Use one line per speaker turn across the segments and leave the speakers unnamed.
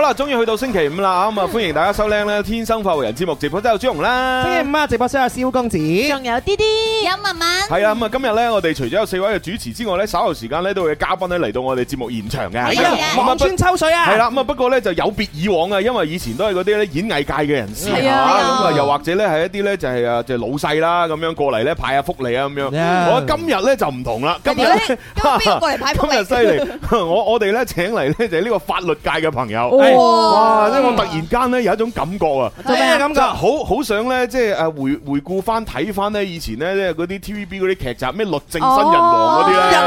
啦，終於去到星期五啦，
嗯
咁啊，歡迎大家收聽咧《天生快活人》節目，直播室有朱紅啦。
仲有啲啲，有文文，
係啊，咁啊，今日咧，我哋除咗有四位嘅主持之外咧，稍後時間咧都會有嘉賓咧嚟到我哋節目現場嘅。
係啊
咁啊不係啦，咁啊不過咧就有別以往啊，因為以前都係嗰啲咧演藝界嘅人士
係啊係
嚇
啊
咁啊又或者咧係一啲咧就係啊就係老細啦咁樣過嚟咧派下福利啊咁樣。
Yeah
我今日咧就唔同啦，今
啊
日呢 今日犀利，我我哋咧請嚟咧就係呢個法律界嘅朋友。
哦
哇！即係我突然間咧有一種感覺啊，
做咩啊感覺
就好好想咧即係誒回回顧翻睇翻咧以前咧即係嗰啲 TVB 嗰啲劇集咩律政新人王嗰啲咧。我哦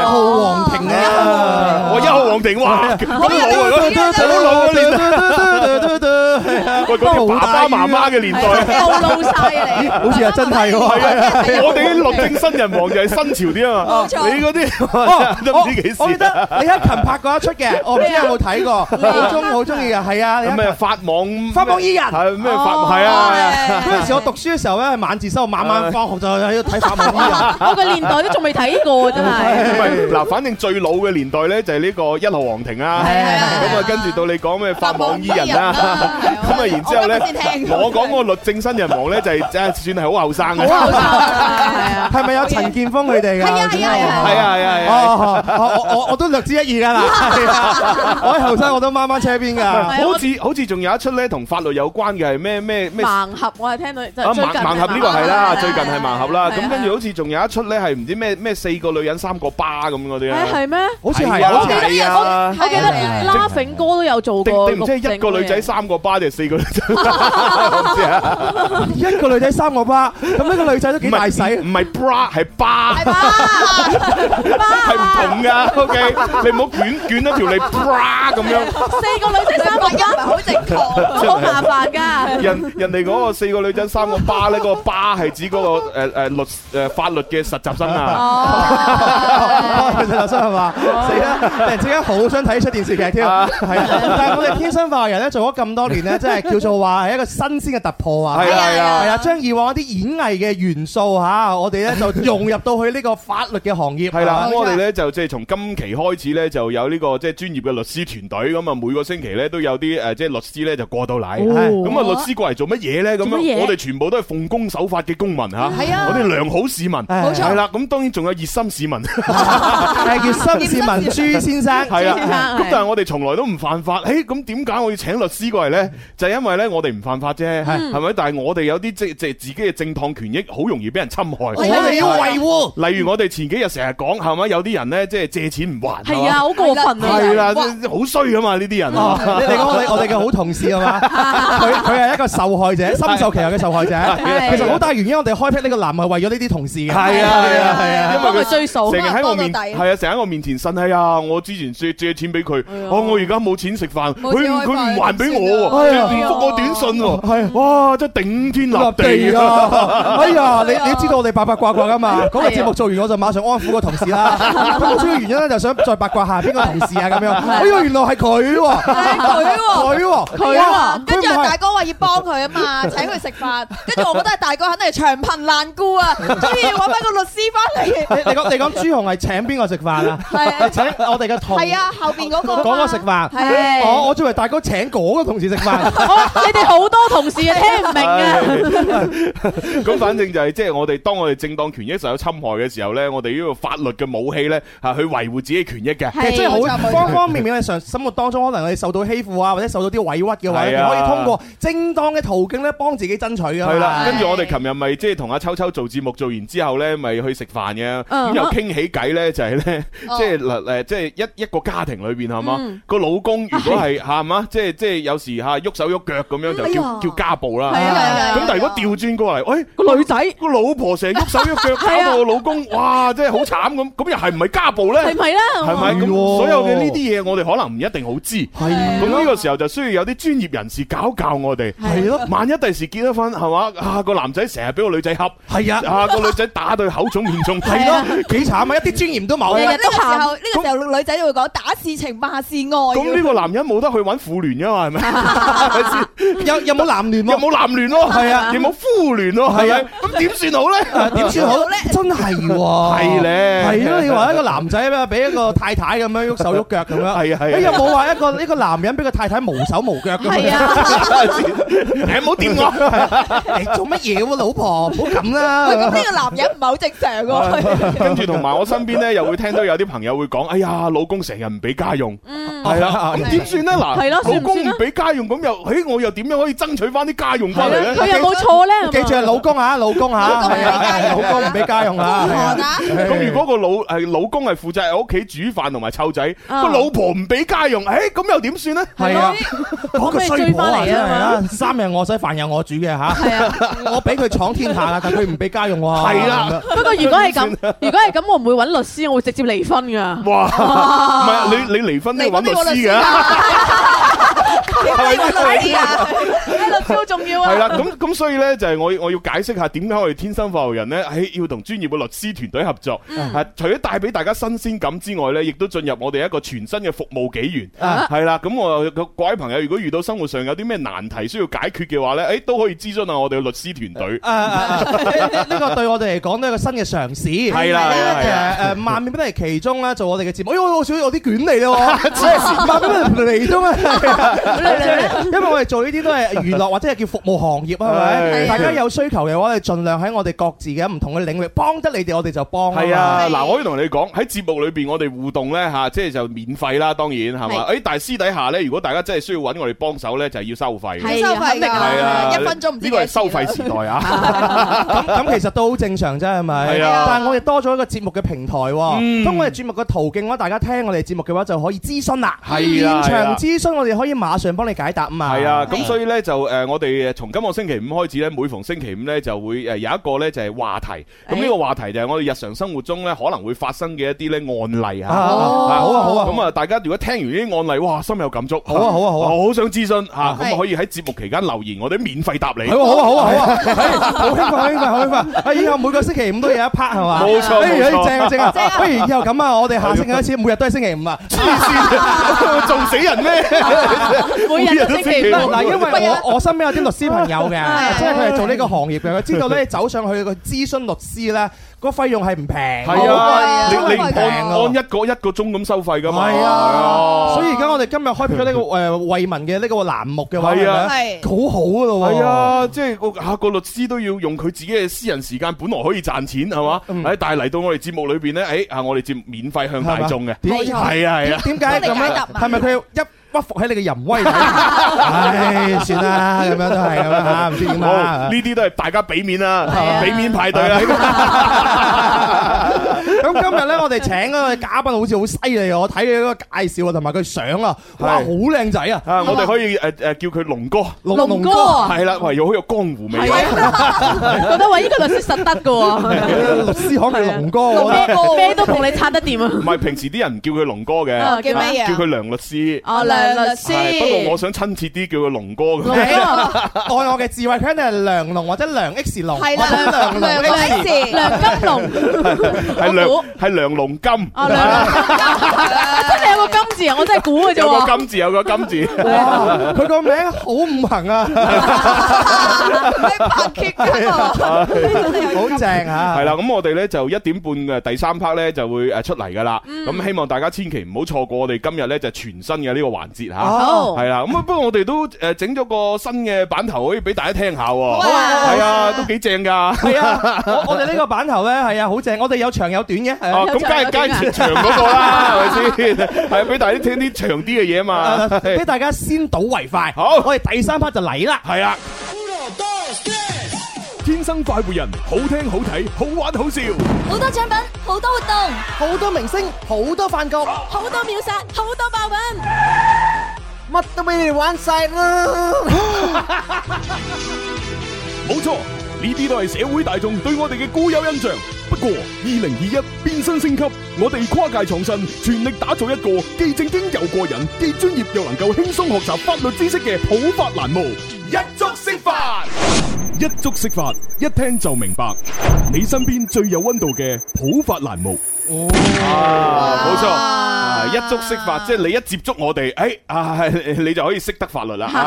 一號皇庭哇，咁老啊！好老嘅年代，喂，嗰啲爸爸媽媽嘅年代， 我哋啲律政新人王就係新潮啲啊嘛。
冇錯
你嗰啲都唔知幾時啊。咩法網
法網伊人
係咩法係啊？係啊唔係嗱，反正最老嘅年代咧就係呢個一號皇庭啦。咁啊，跟住到你講咩法網伊人啦，咁啊，然之後咧，我講個律政新人王咧就係真係算係好後生嘅。係啊
哦
係啊係啊！
啊
好似好似仲有一出咧，同法律有關嘅係咩咩咩啊？盲盲盒呢個係啦，最近係啊盲盒啦。咁跟住好似仲有一出咧，係唔知咩咩四個女人三個巴咁嗰啲啊咧。
好似
係啊！定定唔知係一個女仔三個巴定係四個女仔？我唔知啊
一個女仔三個巴，咁呢個女仔都
唔
幾大使，
係唔係 bra 啊係巴。係唔同噶，OK，你唔好捲捲一條你 bra 咁樣， 人人哋嗰個四個女仔三個巴咧，嗰個巴係指嗰個誒誒律誒法律嘅實習生啊，
女仔哦心係嘛？
哦
死啦！突然之間好想睇出電視劇添，係啊！但係我哋天生化人咧做咗咁多 年咧，真係叫做話係一個新鮮嘅突破啊！
係啊係啊
係啊，將以往一啲演藝嘅元素嚇，我哋咧就融入到去呢個法律嘅行業。
係啦，
啊
咁我哋咧就即係從今期開始咧就有呢個即係專業嘅律師團隊，咁啊每個星期咧都有啲呃誒即係律師咧就過到嚟。
哦
咁啊，律師過嚟做乜嘢咧？咁
做乜
樣
嘢
我哋全部都係奉公守法嘅公民嚇，
係啊
我哋良好市民，
冇錯
係啦。咁當然仲有熱心市民，係
係叫新市民朱先生。
啦。
先生
咁
係
但係我哋從來都唔犯法。誒，咁點解我要請律師過嚟咧？就係因為咧，我哋唔犯法啫，係咪？但係我哋有啲即即係自己嘅正當權益，好容易俾人侵害。
我哋要維護。
例如我哋前幾日成日講係咪？有啲人咧即係借錢唔
啊
還，係嘛係
係
啦，
啦
好衰啊嘛呢啲人。
哦，
嗯
你你講我哋我哋嘅好同事係嘛？佢佢係一個受害者，深受其害嘅受害者。
係
其實好大原因，我哋開闢呢個欄係為咗呢啲同事嘅。
係啊係啊係啊，因為佢成日喺我面
幫到底
係啊，成日喺我面前呻係啊！我之前借借錢俾佢，
呀
哦，我而家冇錢食飯，
哎冇
佢
錢開
佢唔
飯
還俾我
算
喎，
啦
仲
哎
唔
啊呀
覆我短信喎，
係啊
哇！真係頂天立
立
地
地
啊！
啊！哎呀，你你知道我哋八八卦卦噶嘛？嗰個節目做完我就馬上安撫個同事啦。咁主要原因咧就想再八卦下邊個同事啊咁樣。哎呀，原來係佢喎，佢喎，
係
哇
啊，跟住
佢唔
阿
係
大哥話要幫佢啊嘛，請佢食飯，跟住我覺得阿大哥肯定係長貧難顧啊，所以要揾翻個律師翻嚟，
你你講你講朱紅係請邊個食飯啊？
係
係請我哋嘅同
係啊，後邊嗰個
嗰個食飯。
係啊哦
我我作為大哥請嗰個同事食飯。
啊
咁反正就係即係我哋當我哋正當權益受到侵害嘅時候咧，我哋呢個法律嘅武器咧，嚇去維護自己權益嘅。
其實真係好方方面面，你常生活當中可能你受到欺負啊，或者受到啲委屈嘅話，你
係啊
可以通過正當嘅途徑咧幫自己爭取㗎嘛。
係啦，跟住我哋琴日咪即係同阿秋秋做節目，做完之後咧，咪去食飯嘅，咁
嗯
又傾起偈咧，就係咧，
哦嗯
即係嗱誒，即係一一個家庭裏邊係嘛，個老公如果係嚇嘛，即係即係有時嚇喐手喐腳咁樣就
哎
叫
呀
叫家暴啦。
係啊係啊，
咁但係如果調轉過嚟，喂個老婆成日喐手喐
係
腳，搞
啊
到個老公哇，真係好慘咁，咁又係唔係家暴咧？係咪咁？
係喎
所有嘅呢啲嘢，我哋可能唔一定好知。
係
咁呢個時候就需要有啲專業人士教教我哋。
係咯，
萬一第時結咗婚係嘛啊個男仔成日俾個女仔恰，
係啊，
啊個女仔打對口腫面腫，
係咯，幾慘啊！一啲尊嚴都冇
呢
啊。
個時候呢個時候女仔就會講打是情罵是愛啊
咁呢
咁，
個男人冇得去揾婦聯噶嘛，係咪係咪先？
有有冇男聯
又
喎？
冇男聯咯，
係啊
又冇夫聯咯，係
係
咪？咁點算好
啊
咧？
點算好咧？真係喎，
係咧
係咯！你話一個男仔俾一個太太咁樣喐手喐腳咁樣，
係啊係啊
你有冇話一個呢個男人俾個太太無手無腳咁樣。
係啊你唔好掂我
你做乜嘢喎，老婆？唔好咁啦。
喂，咁呢個男人唔係好正常喎。
跟住同埋我身邊咧，又會聽到有啲朋友會講：哎呀，老公成日唔俾家用，
嗯
嗯
係啊啦，咁點算咧？
係
嗱，
咯
老公
算唔算啊
唔俾家用，咁又，誒，我又點樣可以爭取翻啲家用翻嚟咧？
係啊佢有冇錯咧係嘛記住係老公啊，老公啊老公唔俾家用啊老公唔俾家用啊老婆啊
咁如果個老係老公係負責喺屋企煮飯同埋湊仔，
啊
個老婆唔俾家用，誒，咁又點算咧？
係啊，嗰個衰婆啊，真係啊，三日我洗，飯日我煮嘅 吓。我俾佢闖天下啦，但佢唔俾家用喎。
係啦
不過如 果係咁，如果係咁，我唔會揾律師，我會直接離婚 㗎。
哇！ 唔係啊你你離婚都要揾律師嘅， 係
係咪
啊
律師好重要啊！
係 啦。咁咁所以咧就係我我要解釋下點解我哋天生發號人咧，喺要同專業嘅律師團隊合作，
嗯
係除咗帶俾大家新鮮感之外咧，亦都進入我哋一個全新嘅服務紀元。
啊
係啦，咁我各位朋友如果遇到生活上有啲咩難題需要解決嘅話咧，誒都可以諮詢下我哋嘅律師團隊。
呢個對我哋嚟講都係一個新嘅嘗試，啊
係啦係啦係啦
誒誒，萬變不離其宗啦，做我哋嘅節目，因為哎我少有啲卷嚟咯，
黐線
萬變不離其宗啊！因為我哋做呢啲都係娛樂或者係叫服務行業啊，係咪？
係
大家有需求嘅話，你盡量喺我哋各自嘅唔同嘅領域幫得你哋，我哋就幫。
係啊，嗱，我可以同你講喺節目裏邊，我哋互動呢，吓，即係就免費啦，當然係嘛。
係
誒，但係私底下呢，如果大家真係需要揾我哋幫手呢，就係要收費嘅。
要收費㗎，
係啊，
一分鐘
呢
唔知幾
個係
多
收
錢
費時代啊。
咁咁其實都好正常啫，係咪？
係啊
但係我哋多咗一個節目嘅平台喎，
嗯
通過我哋節目嘅途徑嘅話，大家聽我哋節目嘅話就可以諮詢啦。
係啊
現
係啊
場諮詢我哋可以馬上幫你解答啊嘛。
係啊，咁所以呢，就誒，我哋誒從今個星期五開始呢，每逢星期五呢，就會誒有一個呢就係話題。咁呢個話題就係我哋日常生活中呢可能會發生嘅一啲呢案例嚇。
啊哦
啊
好啊好啊
咁啊，大家如果聽完呢啲案例，哇，深有感觸。
好啊好啊好啊
我好想諮詢嚇，咁
係
可以喺節目期間留言，我哋免費答你。
係喎好啊好啊好啊，哎好興奮好興奮好興奮！哎以後每個星期五都有一 part 係嘛？
冇錯
哎
冇錯
哎正啊正啊！不如以後咁啊，我哋下星期開始每日都係星期五啊！
做死 人咩？
每
日都星期五
嗱，因為我我身邊有啲律師朋友嘅，即係佢係做呢個行業嘅，佢知道咧走上去個諮詢律師咧，個費用係唔平，
係啊，你你
真係唔
按
平啊
按一個一個鐘咁收費㗎嘛？
係啊，所以而
係
家我哋今日開闢咗呢個誒惠民嘅呢個欄目嘅話，
係啊
咪好好噶咯喎。
係啊，即係個下個律師都要用佢自己嘅私人時間，本來可以賺錢係嘛？
嗯
誒，但係嚟到我哋節目裏邊咧，誒啊，我哋節目免費向大眾嘅，
點
係啊係啊，
點解咁樣？係咪佢一屈服喺你嘅淫威 底下？唉，算啦，咁樣都係咁樣嚇，唔知點
好
啊
呢。啲都係大家俾面啦，俾面派對啊
係啊
啦。
咁今日咧，我哋請嗰個嘉賓好似好犀利啊喎，我睇佢嗰個介紹啊，同埋佢相啊，哇，好靚仔啊！
啊，我哋可以誒誒叫佢龍哥，
龍龍哥
哦
啊
係啦，喂，又好有江湖味。 啊
覺得話呢個律師實得㗎喎，
啊律師行嘅龍哥，
我覺得
咩咩都同你拆得掂
唔
啊！
係平時啲人唔叫佢龍哥
啊
嘅，
叫咩嘢啊
叫佢梁律師。
哦梁律師
係不過我想親切啲叫佢龍哥咁。
按我嘅智慧，佢一定係梁龍或者梁 X 龍，
係啦
或者梁龍
梁
X，
X
梁金龍，
係梁係梁龍金。
啊
哦 真係有個金字啊！我真係估嘅啫
有個
喎。
金字，有個金 字。
哇！佢個名好五行啊，好正啊！
係啦，咁我哋咧就一點半嘅第三 part 咧就會誒出嚟噶啦。
嗯
咁希望大家千祈唔好錯過我哋今日咧就全新嘅呢個環節吓。
好
係啦，咁啊不過我哋都誒整咗個新嘅版頭可以俾大家聽下喎。
啊
係啊，都幾正 㗎。
係啊，我我哋呢個版頭咧係啊，好正，我哋有長有短嘅。係啊
哦，咁梗係梗係長嗰個 啦，係咪先？係俾大家聽啲長啲嘅嘢嘛。
誒啊俾大家先睹為快。好，我哋第三 part 就嚟啦。
係啊。天生快活人，好聽好睇，好玩好笑。
好多獎品，好多活動，
好多明星，好多飯局，
好多秒殺，好多爆品，
乜都俾你哋玩晒啦！
冇錯，呢啲都係社會大眾對我哋嘅固有印象。不過，二零二一變身升級，我哋跨界創新，全力打造一個既正經又過癮，既專業又能夠輕鬆學習法律知識嘅普法欄目。一觸識法，一觸識法，一聽就明白。你身邊最有溫度嘅普法欄目。哦，冇錯。啊，一觸識法，即係你一接觸我哋，誒啊， 你就可以識得法律啦，係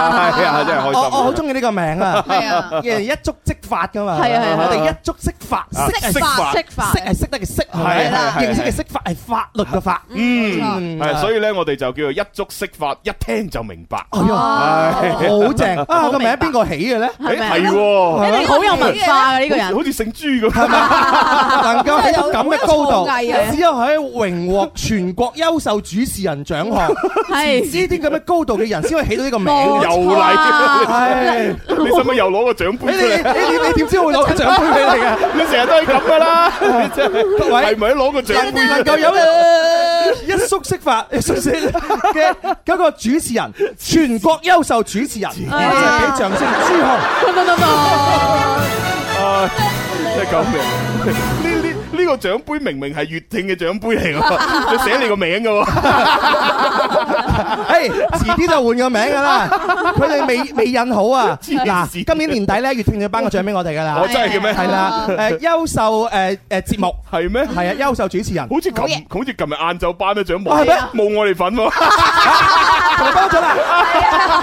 啊，真係開
我
心啊。
我好中意呢個名啊，
係啊
因為一觸即發噶嘛，
係啊係啊
我哋一觸即發，
啊
識係
識法
識識係識得嘅識，係咪
係啦係
認識嘅識法係法律嘅法，
嗯，係，所以咧，我哋就叫做一觸識法，一聽就明白。
哎呀，好正啊！個名邊個起 嘅咧？
誒係喎，
一定好有文化啊呢個人
好似好似姓朱咁，
能夠喺到咁嘅高度
真係有好有創意啊，
只有喺榮獲全國優秀主持人獎項，
係
呢啲咁嘅高度嘅人先可以起到呢個名。
又嚟，
係
你你使唔使又攞個獎杯
你
出
你
嚟？
你你點知我會攞個獎杯俾你㗎？
你成日都係咁噶啦，你真係
各位
係咪攞個獎杯？
能夠有一縮釋法一縮釋嘅嗰個主持人，全國優秀主持人，我哋俾掌聲朱紅。
啊，真係救命！呢呢呢個獎杯明明係粵聽嘅獎杯 嚟㗎，佢寫你個名㗎
誒，哎遲啲就換個名㗎啦，佢哋未未印好啊。嗱，今年年底咧，粵聽就頒個獎俾我哋㗎啦。
哦真係嘅咩
係啦，誒優秀誒誒節目
係咩？
係啊，優秀主持人。
好似琴好似琴日晏晝頒咗獎
啊係咩
冇冇我哋 份喎，
同你頒獎啦，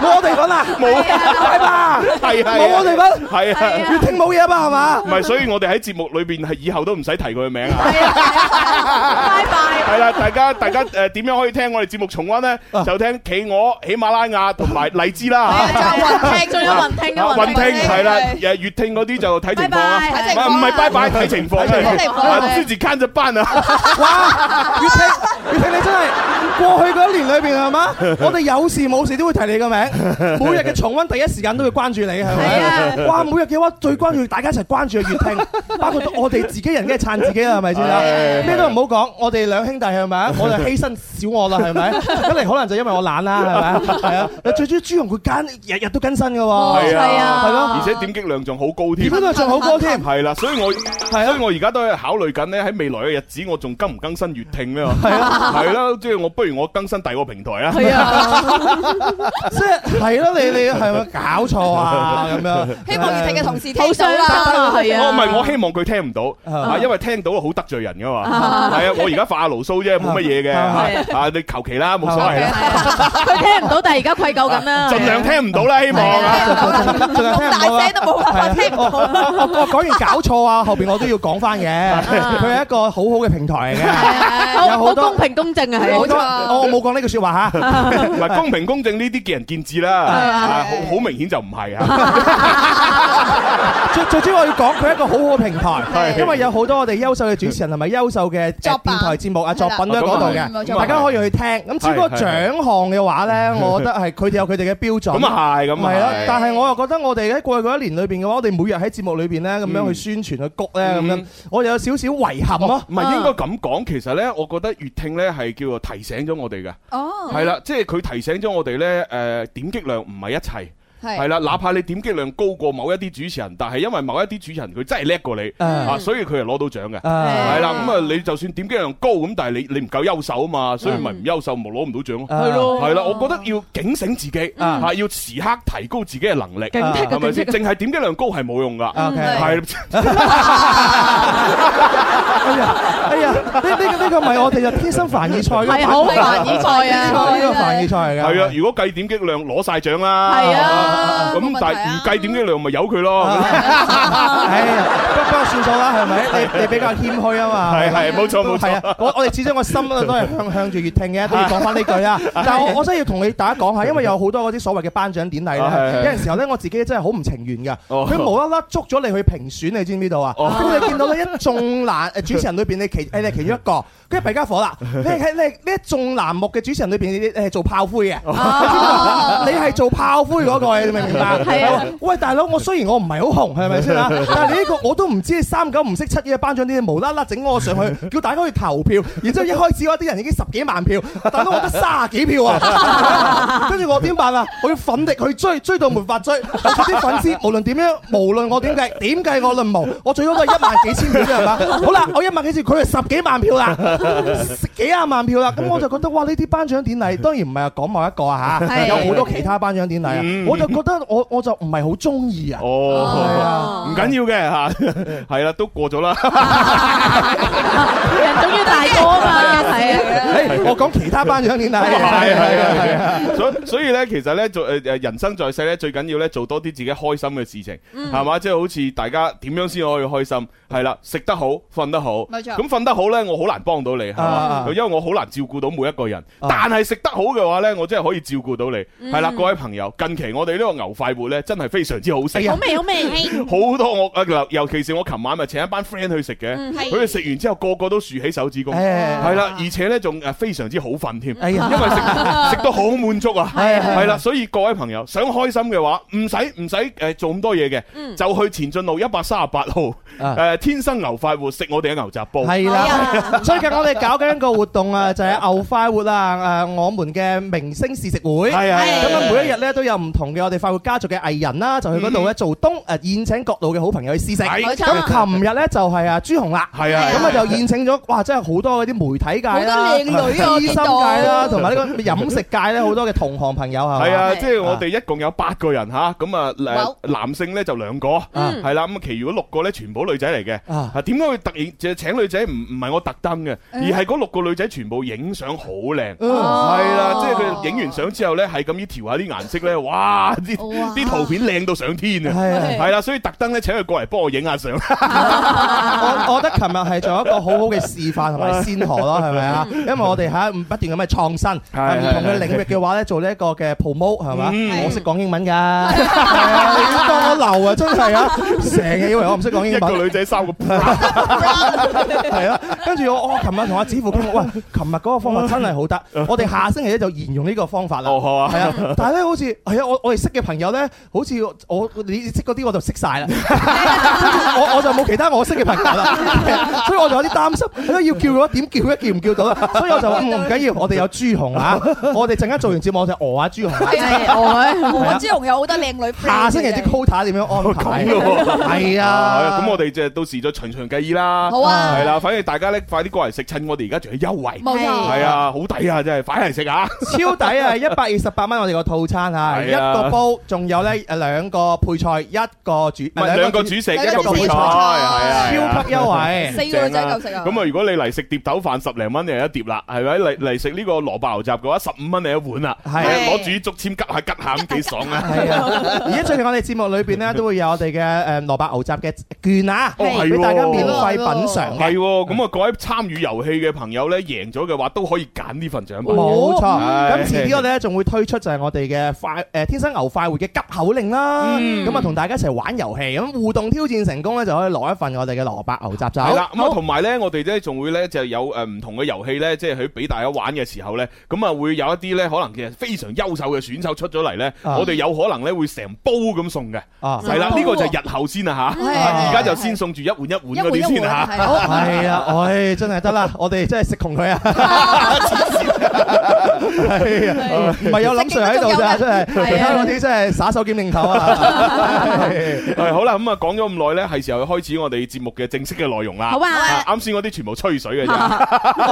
冇我哋份啦，
啊冇
係吧？
係啊
冇我哋份，
係啊
粵聽冇嘢吧？係嘛
唔？係，所以我哋喺節目裏邊係以後都唔使提佢嘅名啊。係啦，大家大家誒點樣可以聽我哋節目重温咧？就聽企鵝、喜馬拉雅同 埋荔枝啦。
雲聽仲有雲聽
啊
啊雲
雲
聽
聽係啦，誒粵聽嗰啲就睇情況啊，
拜
唔
拜
係唔係拜拜睇情況
睇情況
啊
係
朱自坑就班啊，
哇！月聽，月聽你真係過去嗰一年裏邊係 嘛？我哋有事冇事都會提你個 名，每日嘅重温第一時間都會關注你係啊咪？哇！每日嘅話最關注大家一齊關注嘅月 聽，包括我哋自己人梗係撐自己啊啦，係咪先啦
係？
咩都唔好講，我哋兩兄弟係咪啊？我就犧牲小我啦，係咪？ 一嚟可能就因為我懶啦，係咪啊？係啊！最主要朱紅佢間日日都更新嘅喎，係啊咯。
而且點擊量仲好高添，
點擊量仲好高 添
係啦，所以我所以我而家都係考慮緊咧，喺未來嘅日子我仲更唔更新粵聽咧？係
啊
係啦，即係我不如我更新第二個平台啊，
係啊，即係係咯，你你係咪搞錯啊？咁樣
希望粵聽嘅同事聽到啦
我哦唔係我希望佢聽唔到，啊，因為聽到好得罪人噶嘛。係啊，我而家發下牢騷啫，冇乜嘢嘅。
係
啊啊，你求其啦，冇所謂啦，
佢聽唔到，但係而家愧疚
啊
緊啦。
盡量聽唔到啦，希望啊。
盡量聽唔到啦。
都冇辦法聽唔
我我我哦講完搞錯啊， 後邊我都要講翻嘅。佢係一個好好嘅平台嚟 嘅，有好多公
平公正啊係
好多哦
冇錯
我我冇講呢句説話嚇。
唔係公平公正呢啲見仁見智啦，
啊
啊好好明顯就唔係啊。
最最主要我要講佢係一個好好嘅平台，因為有好多我哋優秀嘅主持人同埋優秀嘅作電台節目啊作品都喺嗰度
咁啊係
嘅，大家可以去聽。咁至於嗰個獎項嘅話咧，我覺得係佢哋有佢哋嘅標準。
咁啊係咁啊係
係咯，但係我又覺得我哋喺過去嗰一年裏邊嘅話，我哋每日喺節目裏邊咧咁樣去宣傳去谷咧咁樣，我有少少遺憾咯。
唔係應該咁啊講，其實呢，我覺得粵聽呢係叫做提醒咗我哋嘅，
哦
係啦，即係佢提醒咗我哋呢，誒點擊量唔係一切。
係
係啦，哪怕你點擊量高過某一啲主持人，但係因為某一啲主持人佢真係叻過你
嗯
啊，所以佢係攞到獎嘅。
啊
係啦，咁啊，你就算點擊量高咁，但係你你唔夠優秀啊嘛，所以咪唔優秀，咪攞唔到獎咯。
係咯
係啦，我覺得要警醒自己
哦嗯
嚇，要時刻提高自己嘅能力，
警惕啊
係咪先？
警
淨係點擊量高係冇用㗎，
OK 嗯
係。
哎呀，哎呀，呢呢個呢個咪我哋就天生凡爾賽嘅，
係好凡爾賽啊
呢個凡爾賽嚟㗎。
係啊，如果計點擊量攞晒獎啦，
係啊
嘛咁但係唔計點擊量咪由佢咯，
啊哎呀，不不過算數啦，係咪？你你比較謙虛啊嘛，
係係冇錯冇錯
係啊，我我哋始終個心都係向向住粵聽嘅，都要講翻 呢句啊。但係我我真係要同你大家講下，因為有好多嗰啲所謂嘅頒獎典禮
啊係係
咧，有陣時候咧我自己真係好唔情願㗎，
哦
佢無啦啦捉咗你去評選，你知唔知道啊？
哦
咁你見到呢一眾男誒主持人裏邊，你其誒你係其中一個，跟住弊家伙啦，你係喺你呢一眾欄目嘅主持人裏邊，你你係做炮灰嘅，你知唔知道 你係做炮灰嗰個，你明唔明白？
係啊
喂，大佬，我雖然我唔係好紅，係咪 先啊？但係你呢個我都唔知你三九唔識七嘅頒獎啲，無啦啦整我上去，叫大家去投票，然之後一開始嗰啲人已經十幾萬票，大佬我得卅幾票啊！ 跟住我點辦啊？我要奮力去追，追到沒法追。我啲粉絲無論點樣，無論我點計，點計我論無，我最多都係一萬幾千票啫，係嘛？好啦，我一萬幾千，佢係十幾萬票啦，幾廿萬票啦，咁我就覺得哇！呢啲頒獎典禮當然唔係講某一個啊嚇，
係
有好多其他頒獎典禮啊，我就覺得我我就唔係好中意啊。係啊
哦，唔唔緊要嘅 吓，係啦，都過咗啦。
人總要大個啊嘛，係啊。
誒，我講其他頒獎典禮，
係係係
啊
係， 所以所以咧，其實咧做誒誒人生在世咧，最緊要咧做多啲自己開心嘅事情，
嗯
係嘛？即係好似大家點樣先可以開心？係啦，食得好，瞓得好，
冇錯
咁瞓得好咧，我好難幫到你，係嘛
啊？
因為我好難照顧到每一個人，但係食得好嘅話咧，我真係可以照顧到你。係啦，
嗯
各位朋友，近期我哋呢個牛快活咧，真係非常之好食啊
哎。呀
好味 好味，
好多我啊，尤尤其是我琴晚咪請一班 friend 去食嘅，
係
佢哋食完之後個個都豎起手指
哎
公，
誒
係啦，而且呢仲誒非常之好瞓添，
哎
因為
呀
食 食到好滿足啊，
係係
係啦，所以各位朋友想開心嘅話，唔使唔使誒做咁多嘢嘅，
嗯
就去前進路一百三十八號
啊
誒天生牛快活食我哋嘅牛雜煲，
係
係
啦，最近我哋搞緊一個活動啊，就係牛快活啊！誒，我們嘅明星試食會，
係係係
咁啊，每一日咧都有唔同嘅我哋快活家族嘅藝人啦，就去嗰度咧做東誒宴請各路嘅好朋友去試食。
係
冇錯
咁琴日咧就係啊朱紅啦，
係啊
咁啊就宴請咗哇，真係好多嗰啲媒體界啦、
好多靚女啊我
醫
見
生
到
界啦，同埋呢個飲食界咧好多嘅同行朋友係嘛
係啊，
係
即係我哋一共有八個人吓，咁啊誒
哇
男性呢就兩個，
嗯
係啦，咁啊其餘嗰六個呢全部女仔嚟嘅。
啊
啊，點解會突然就請女仔？唔唔係我特登嘅，而係嗰六個女仔全部影相好靚，
哦
係
嗯
啦，即係佢影完相之後呢，係咁依調下啲顏色呢。哇！啲啲圖片靚到上天啊！
係啊。
係啦，所以特登呢，請佢過嚟幫我影下相。
我我覺得琴日係做一個好好嘅示範同埋先河咯，係咪啊？
嗯
因為我哋喺不斷咁嘅創新，啊
係
唔同嘅領域嘅話咧，做呢一個嘅 promote 係嘛
嗯？
我識講英文㗎， 係啊你當我流啊，真係啊！成日以為我唔識講英
一個
文，
女仔三個，
係啊。跟住我我琴日同阿子富傾，喂，琴日嗰個方法真係 好得，我哋下星期咧就沿用呢個方法啦。
哦好啊
係 啊，但係咧好似係啊，我我哋識嘅朋友咧，好似我我你識嗰啲我就識 晒啦，我我就冇其他我識嘅朋友啦，所以我就有啲擔心，係咯要叫嘅話點叫咧叫唔叫到啦，所以我就話嗯唔緊要，我哋有朱紅啊，我哋陣間做完節目我就餓下朱紅啊。
我朱紅有好多靚女 friend
下星期啲 quota 點樣安排？啊
咁嘅喎
係
啊
啊，
咁我哋就到時再循循計議啦。
好啊
係啦，反正大家呢，快啲過嚟食，趁我哋而家仲有優惠。
冇錯，
係啊，好抵啊，真係，快嚟食啊！
超抵啊！一百二十八蚊我哋個套餐啊，一
係啊
個煲，仲有咧誒兩個配菜，一個主
唔係兩個主食，一個配菜，係啊，係啊
超級優惠。
四個女仔夠食啊！
咁啊，如果你嚟食碟豆飯十零蚊就一碟啦，係咪？嚟嚟食呢個蘿蔔牛雜嘅話，十五蚊你一碗啦，
係
係攞住啲竹籤吉下吉下咁幾爽 啊！
係啊！而家最近我哋節目裏邊咧都會有我哋嘅誒蘿蔔牛雜嘅券啊，
哦係
俾大家
喎
免費品嚐嘅
係。喎，咁啊，各位參與遊戲嘅朋友咧，贏咗嘅話都可以揀呢份獎品。
冇錯，
哦
咁遲啲我哋咧仲會推出就係我哋嘅快誒天生牛快活嘅急口令啦，
嗯
咁啊同大家一齊玩遊戲，咁互動挑戰成功咧就可以攞一份我哋嘅蘿蔔牛雜酒。
係啦，咁啊，同埋咧，我哋咧仲會咧就有誒唔同嘅遊戲咧，即係去俾大家玩嘅時候咧，咁啊會有一啲咧可能其實非常優秀嘅選手出咗嚟咧，
啊
我哋有可能咧會成煲咁送嘅。
啊，
係啦，呢個就係日後先啦嚇，
係
而家就先送住一碗一碗嗰啲 先嚇。
係好
係啊，唉，真係得啦，我哋真係食窮佢啊！係啊，唔係有林 Sir 喺度咋，真係其他嗰啲真係耍手兼擰頭啊！
係好啦，咁啊講咗咁耐咧，係時候開始我哋節目嘅正式嘅內容啦。
好啊
啊啱先嗰啲全部吹水嘅啫。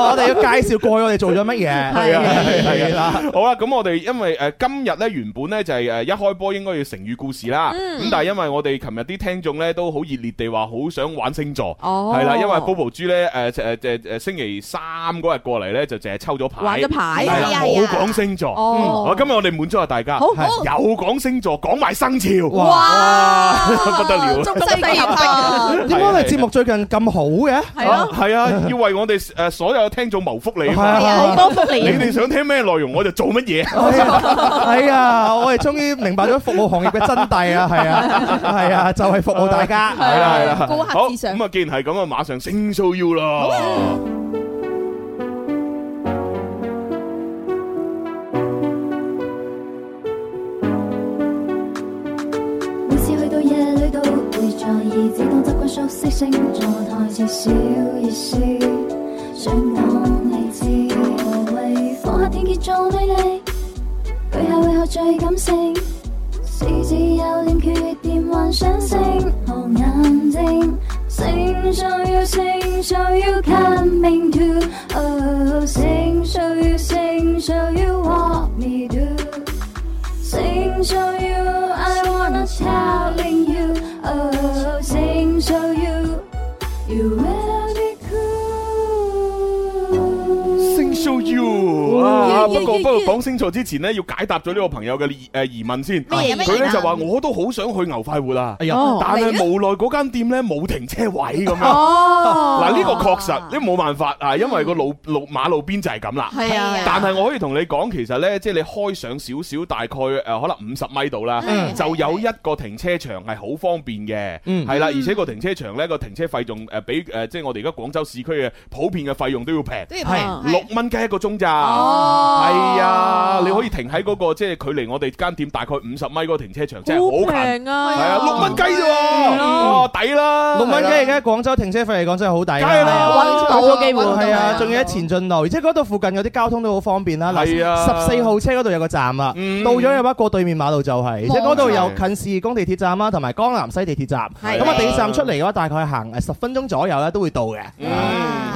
我哋要介紹過去我哋做咗乜嘢？係
啊
係
啦，
好啦，咁我哋因為誒今日咧原本咧就係誒一開波應該要成語故事啦，咁但係因為我哋琴日啲聽眾咧都好熱烈地話好想玩星座，
哦
係啦，因為 Bobo 豬咧誒誒誒誒星期三嗰日過嚟咧就淨係抽咗牌，
玩咗牌
係啦
係啊
冇
係啊
講星座。
哦
好今日我哋滿足下大家，
好
係有講星座，講埋生肖，
哇，
不得了
中西結合，
點解我哋節目最近咁好嘅？
係咯，
係啊，要為我哋誒所有聽眾謀福利啊嘛。
係
好
啊，
多福
你
利啊。
哋想聽咩內容，我就做乜嘢。
係啊，我哋終於明白咗服務行業嘅真諦啊！係啊，係啊，就係服務大家。
係啦係啦，
顧客
好
至上
咁啊，既然係咁啊，馬上星 show you 啦。
每次去到夜裏都會在意，只當習慣熟悉星座台詞小意思，想當你知，無謂放下天蝎座魅力，對下會後最感性。獅子有點缺點，幻想星紅眼睛，星數要星數要 coming to，哦，星數要星數要 what me do。Sing to you, I wanna tell you, oh, sing You will be cool.
Sing show you 啊！不過不過講星座之前咧，要解答咗呢個朋友嘅疑誒疑問先。
咩嘢咩嘢
佢咧
啊
就話我都好想去牛快活啊，
哎
但
呀
係
嚟啦
無奈嗰間店咧冇停車位咁樣。
哦
嗱呢個確實，呢冇辦法啊，因為個路路馬路邊就係咁啦。
係啊
但係我可以同你講，其實呢，即係你開上少少，大概誒可能五十米度啦，
嗯
就有一個停車場係好方便嘅，
嗯
係啦，而且個停車場呢個停車費仲誒比誒即係我哋而家廣州市區嘅普遍嘅費用都要平，
都要平
係
六蚊雞一個鐘咋，
嗯哦
係啊，你可以停喺嗰個即係距離我哋間店大概五十米嗰個停車場，真係好近，
平啊，嗯
係啊，六蚊雞啫喎，哇抵啊啦，
六蚊雞而家廣州停車費嚟講真係好抵
梗係啦
揾到啊機會
係啊，仲要喺
一
前進路，而且嗰度附近嗰啲交通都好方便啦。嗱，
係啊
十四號車嗰度有個站啦，
嗯
到咗嘅話過對面馬路就係，而且嗰度有近市工地鐵站啦，同埋江南西地鐵站。
係
咁啊，地鐵站出嚟嘅話，大概行誒十分鐘左右咧都會到嘅。
嗯，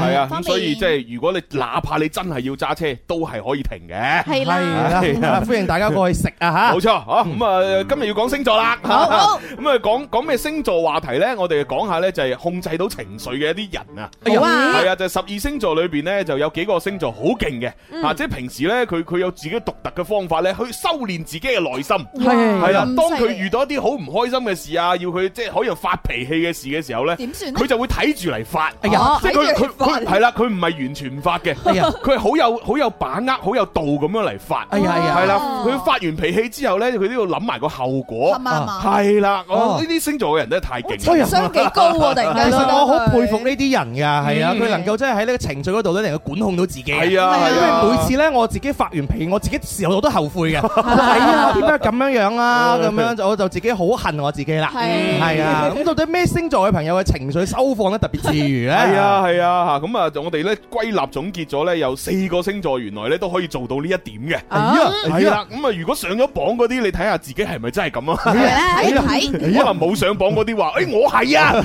係啊，
方
咁
便
所以即係如果你哪怕你真係要揸車，都係可以停嘅。
係啦，
係啦，歡迎大家過去食啊嚇
冇。錯，啊咁啊，今日要講星座啦。好，咁啊講講咩星座話題呢？我哋講下呢，就係控制到情緒嘅一啲人啊。
哎呀
好啊
係啊，就十二星座裏邊呢，就有幾個星座好勁嘅，啊，即係平時呢，佢佢有自己獨特嘅方法呢，去修煉自己嘅內心。
係
係啦，當
嗯咁犀
佢
利
遇到一啲好唔開心嘅事啊，要佢即係可能發脾氣嘅事嘅時候呢，
點算呢
佢就會睇住嚟發。
哎呀，
即係佢佢佢係啦，佢唔係完全唔發 嘅，
哎呀
佢係好有好有把握、好有度咁樣嚟發，
哎呀哎呀
係啦，佢發完脾氣之後咧，佢都要諗埋個後果
啱，啱啊，
係啦，我
哦
呢啲星座嘅人真係太
哎
勁啦，
呀
相幾高喎，突然間
其實
覺得
我好
佢
佩服呢啲人㗎，係啊，
嗯
佢能夠真係喺呢個情緒嗰度咧，能夠管控到自己。
係啊，
因
係啊
為每次咧，我自己發完脾，我自己事後我都後悔嘅。係啊， 點解咁樣樣 啦？咁樣就我就自己好恨我自己啦。
係
係 啊，咁到底咩星座嘅朋友嘅情緒收放得特別自如 咧？
係啊，係啊，吓咁啊，我哋咧歸納總結咗咧，有四個星座原來咧都可以做到呢一點嘅，
啊，
係啦，咁啊，如果上咗榜嗰啲，你睇下自己係咪真係咁啊？
係啦睇睇
可能冇上榜嗰啲話，誒，我係 啊，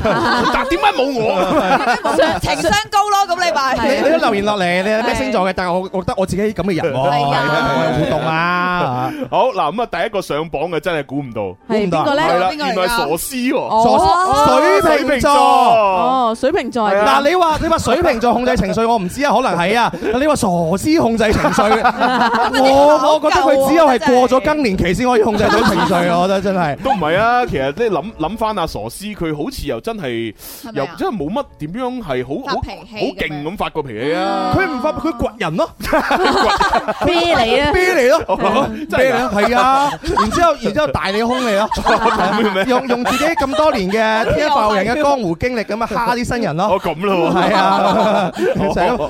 但點解冇我？
冇情商高咯，咁你
你
咪
你都留言落嚟，你係咩星座嘅？但係我覺得我自己咁嘅人喎，
係啊
我有互動啊，
好嗱，咁啊，第一個上榜嘅真係估唔到。
係邊個
係
咧？
啦，
邊個嚟㗎
原來係傻師喎，
哦
傻水瓶座。
Ờ,
哦，水瓶座
係啊
嗱
嗱，你話你話水瓶座控制情緒，我唔知啊，可能係啊。你話傻師控制情 緒，我我覺得佢只有係過咗更年期先可以控制到情緒，我覺得真係。
都唔係啊，其實即係諗諗翻阿傻師，佢好似又真係
係咪
又
啊
真係冇乜點樣係好
發
好好
脾氣嗯咁樣
勁咁發過脾氣啊！
佢唔發，佢掘人咯，
啤你啊
啤！你咯，
哦真
嗯
啤你
係
咯，係啊。然之後，然之後大你胸你咯，
啊
用用自己咁多年嘅天爆人嘅江湖經歷咁啊，蝦啲新人咯。
我哦咁咯喎，
係啊，成日
哦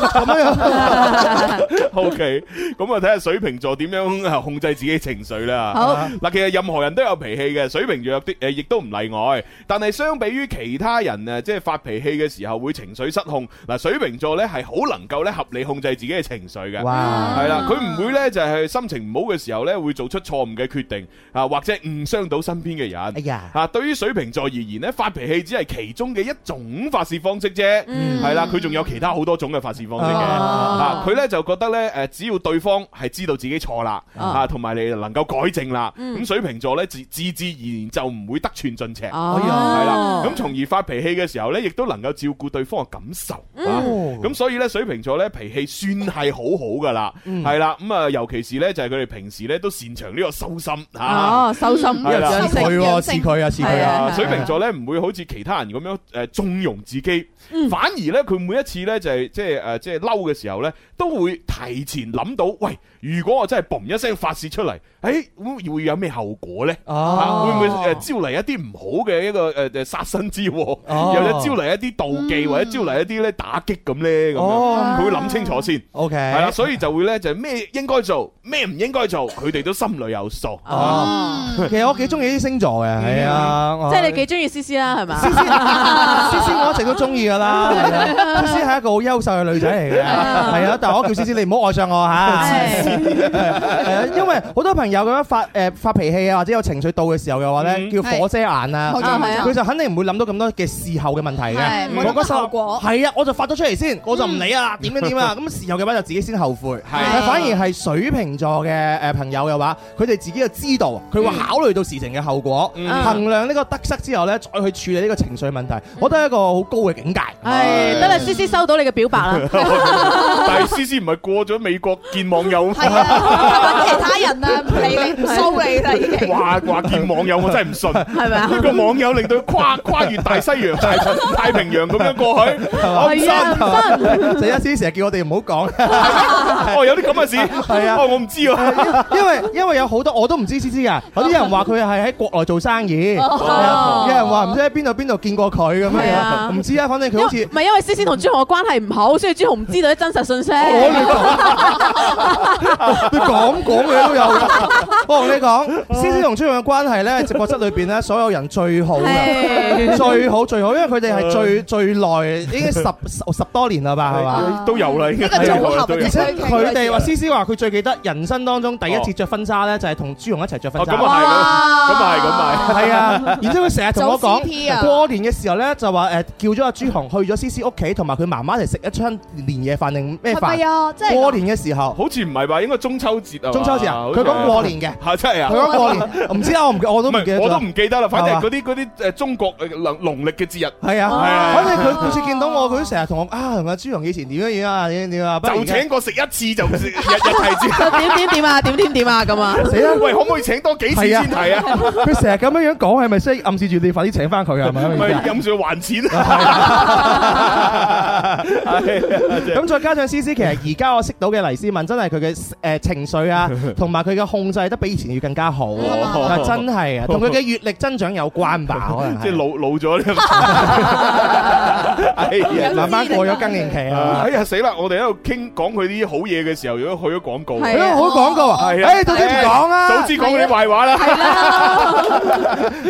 咁樣
OK，咁啊睇下水瓶座點樣啊控制自己情緒啦。
好
嗱，其實任何人都有脾氣嘅，水瓶座啲誒亦都唔例外。但係相比於其他人誒，即係發脾氣嘅時候會情緒失控，嗱，水瓶座咧係好能夠咧合理控制自己嘅情緒嘅。
哇！
係啦，佢唔會咧就係心情唔好嘅時候咧，會做出錯誤嘅決定啊，或者誤傷到身邊嘅人。
哎呀，
啊，對於水瓶座而言咧，發脾氣只係其中嘅一種發泄方式啫，係啦，佢仲有其他好多種嘅發泄方式嘅。啊
哦，
佢咧就覺得咧，誒，只要對方係知道自己錯啦，
哦
啊，同埋你能夠改正啦，
嗯
咁水瓶座咧自自自然然就唔會得寸進尺，係
哦，
Ờ.
啦，咁從而發脾氣嘅時候咧，亦都能夠照顧對方嘅感受。
嗯
啊咁所以咧，水瓶座咧脾氣算係好好噶啦，
嗯
係啦，咁啊，尤其是咧就係佢哋平時咧都擅長呢個收心啊吓。
哦，手心
係啦
似佢喎，似佢啊，似佢
係
啊。
啊，
係
水瓶座咧唔會好似其他人咁樣誒縱容自己，
嗯
反而咧佢每一次咧就係即係誒即係嬲嘅時候咧，都會提前諗到，喂，如果我真係嘣一聲發泄出嚟，誒會會有咩後果咧？啊，
哦
會唔會誒招嚟一啲唔好嘅一個誒誒殺身之禍，
哦嗯
又或者招嚟一啲妒忌，或者招嚟一啲咧打擊咁咧咁樣，
哦
佢會諗清楚先。
，OK，
係啦，所以就會咧就係咩應該做，咩唔應該做，佢哋都心裏有數。
哦，其實我幾中意啲星座嘅，係啊，我
即係你幾中意 C C 啦，係嘛？
思思，思思我一直都中意噶啦，係啊思思係一個好優秀嘅女仔嚟嘅，係啊，但係我叫思思你唔好愛上我嚇，
係
係啊，因為好多朋友咁樣發誒發脾氣啊，或者有情緒到嘅時候嘅話咧，叫火遮眼啊
哦
冇錯冇，錯
佢就肯定唔會諗到咁多嘅事後嘅問題
係
嘅。
冇諗到
嗰時候
後果
係啊，我就發咗出嚟先，我就唔理啊，點樣點啊，咁事後嘅話就自己先後悔。但反而係水瓶座嘅誒朋友嘅話，佢哋自己就知道，佢會考慮到事情嘅後果，
嗯
衡量呢個得失之後咧，再去處理呢個情緒問題，我覺得係一個好高嘅境界。
啊
係哎得啦，思思收到你嘅表 白啦。
但係思思唔係過咗美國見網友咩？
啊
啊
揾其他人啊，唔理你，唔騷你啦已經。
話話見網友我真係唔信，係
咪啊
呢個網友令到佢跨跨越大西 洋、太
啊
太平洋咁樣過去，哦我唔
係啊，唔
信。
得。
就一思成日叫我哋唔好講。
哦，有啲咁嘅事，係
啊
哦，我唔知啊。
因為因為有好多我都唔知知知噶，有啲人話佢係喺國內做生意，係啊有人話唔知喺邊度邊度見過佢咁
哦係
樣，
啊
唔知啊，反正佢
因為
好似
唔。係因為思思同朱紅嘅關係唔好，所以朱紅唔知道啲真實信息。
我同你
哦
講，你咁講嘅都有㗎。我同你講，思思同朱紅嘅關係咧，直播室裏邊咧，所有人最好嘅，
係
最好最好，因為佢哋
嗯
係最最耐，已經十十十多年啦吧，係啊嘛？
都有啦，已經
一個組合啊
都有
而
啦
且佢哋話，思思話佢最記得人生當中第一次着婚紗咧，就係同朱紅一齊着婚
哦，咁
紗。
啊係，咁啊係，咁啊
係啊，然之後佢成日同我
做 CP
講，
啊
過年嘅時候咧就話誒叫咗阿朱紅去咗思思屋企，同埋佢媽媽一齊食一餐年夜飯定咩
係咪
飯？
啊？即係
過年嘅時
係，
候，
好似唔係吧？應該中秋節啊，
中秋節啊
好，似
佢
係
講過年嘅，
嚇真係啊
佢。講過年，我唔知啊，我唔我都
唔
唔記得
係，我都
咗。
唔記得啦。反正
係嘛
嗰啲嗰啲誒中國誒農農曆嘅節日，
係
係啊
啊，反正佢每次見到我，佢都成日同我啊，同阿朱紅以前點樣點啊，點樣點啊，不
就
如而家
請我食一次就日日提
就
子。
點點點啊，點點點啊咁啊。
死啦！
喂，可唔可以請多幾次
係啊
先提啊？
佢成日咁樣樣講，係咪即係暗示住你快啲請翻佢啊？係咪咁嘅意思
咪
啊？
飲住還 錢。啊
咁再加上 C C，其實而家我識到嘅黎思敏，真係佢嘅誒情 緒啊，同埋佢嘅控制得比以前要更加好，
哦
啊真係啊，同佢嘅閱歷增長有關 吧，啊可能係
即係老老咗呢。哎呀
慢慢過咗更年期啊
哎。呀死啦！我哋喺度傾講佢啲好嘢嘅時候，如果去咗廣告，
係啊，好講過啊！
係哎
誒，到底唔講啊，
早知講佢啲壞話啦。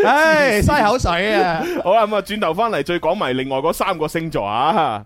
唉，嘥口水 啊！
好啦，咁啊，轉頭翻嚟再講埋另外嗰三個星座啊。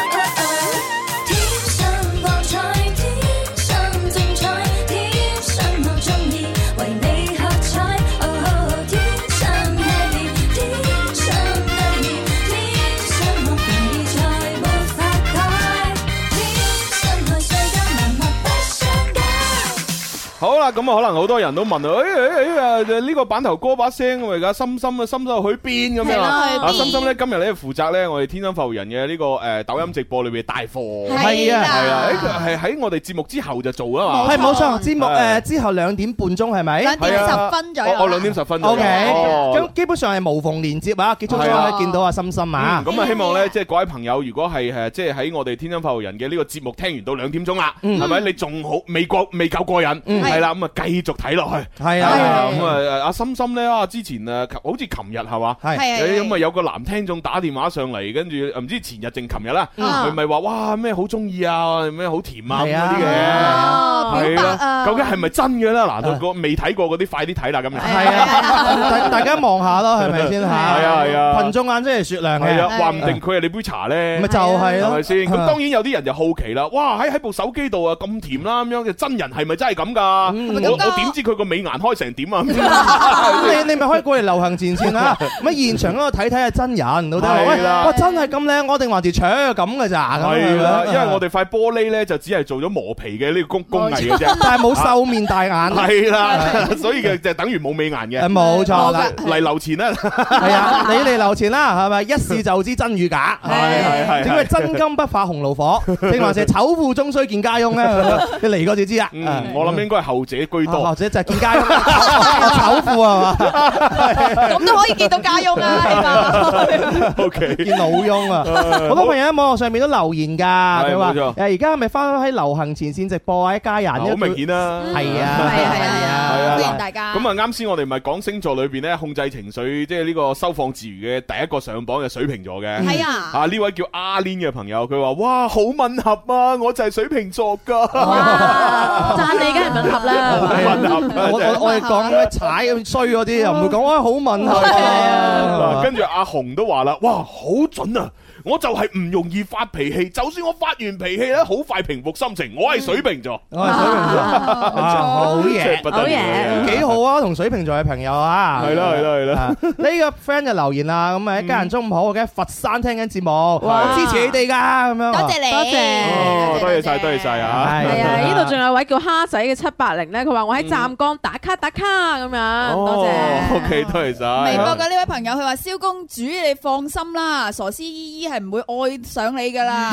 天生博彩，天生精彩，天生我中意，為你喝彩。哦，天生 happy，天生得意，天生我願意再無法改，天生愛世間萬物不相解。
好啦，咁啊，可能好多人都問啊，誒誒誒啊，呢個板頭哥把聲，我而家心心啊，心心去邊咁樣啊？
係啦
啊，
去邊
心心咧今日咧負責咧我哋天生浮人嘅呢個誒抖音直播裏邊嘅帶貨，係
係
啊，誒
啊
係
佢
啊，
係喺我哋節目之後就做啊嘛
係。冇錯，節目
係
誒之後兩點半鐘係咪？
兩點
係啊
十分左右
我
啦。
我兩點十分左
O
右。
K，
哦
咁基本上係無縫連接啊！結束咗
係
咧
啊，
見到阿心心啊
嗯，咁啊，希望咧，即係各位朋友，如果係誒，即係喺我哋天生發號人嘅呢個節目聽完到兩點鐘啦，係咪？你仲好未過未夠過癮，係啦，咁啊繼續睇落去，
係
係
啊，
啊咁啊，阿心心咧啊，之前啊，琴好似琴日係嘛？
係
係啊係啊
咁啊，有個男聽眾打電話上嚟，跟住唔知前日定琴日啦，
啊
佢咪話哇咩好中意啊，咩好甜啊咁
係啊
嗰啲嘅。
哦，
係
表白啊，
啦，究竟係咪真嘅咧？嗱，個未睇過嗰啲，快啲睇啦！咁樣
係啊，大大家望下咯，係咪先嚇？
係啊係啊
群眾眼真係雪亮
係啊，
嘅，
話唔定佢係你杯茶咧。
咪就係
係啊
咯
咪。先？咁當然有啲人就好奇啦，哇喺喺部手機度啊咁甜啦咁樣嘅真人係咪真係咁噶？
嗯
我
咁㗎
我點知佢個美顏開成點啊？
咁你你咪可以過嚟流行前 線啦，咪現場嗰度睇睇係真人到底係，
係啦
喂，哇真係咁靚，我定還是扯咁嘅咋？咁樣
係啦，因為我哋塊玻璃咧就只係做咗磨皮嘅呢個工工藝嘅啫，
但係冇瘦面大眼，
係啦， 所以嘅就等於冇美顏
誒
嘅。
冇錯啦，
嚟留前啦，係
係啊，你嚟留錢啦，係咪一試就知真與假？
係係。
點解真金不化紅爐火，定還是醜婦終須見家翁咧？ 你嚟過就知啦。
嗯，我諗應該係後者居
或
多。
者就係見家翁， 醜婦啊係嘛？
咁都可以見到家翁啊，起碼
O K，
見 老翁啊！好多朋友喺網絡上面都留言㗎，
係
佢話
冇錯
誒而家係咪翻喺流行前線直播啊？一家人人，
好明顯啦，
係啊
係
à,
係
係啊
à.
係啊，
歡迎
嗱
大家
咁啊，啱先我哋咪講星座裏邊咧控制情緒，即係呢個收放自如嘅第一個上榜嘅水瓶座嘅。
係啊
啊呢位叫阿 Lin 嘅朋友，佢話：哇，好吻合啊！我就係水瓶座㗎。
讚你梗係吻合啦，
好吻合啊
我
真係
我我哋講咩踩咁衰嗰啲，又唔會講啊好吻合
嗱，
啊。
跟住阿紅都話啦，哇，好準啊！我就係唔容易發脾氣，就算我發完脾氣咧，好快平復心情。我係水瓶座，
我係水瓶座，啊好
真係
嘢
不。得了嘅
幾好啊！同水瓶座嘅朋友啊，
係啦係啦係啦
啊呢個 friend 就留言啦，咁啊一家人中午好，我嘅佛山聽緊節目，我支持你哋噶咁樣。
多謝你，
多謝
哦，多謝晒，多謝晒啊！
係 啊，呢度仲有位叫蝦仔嘅七八零咧，佢話我喺湛江打卡打卡咁樣，
哦
多謝。
，OK，多謝晒。
微博嘅呢位朋友，佢話：蕭公主，你放心啦，傻師姨姨係唔會愛上你噶啦。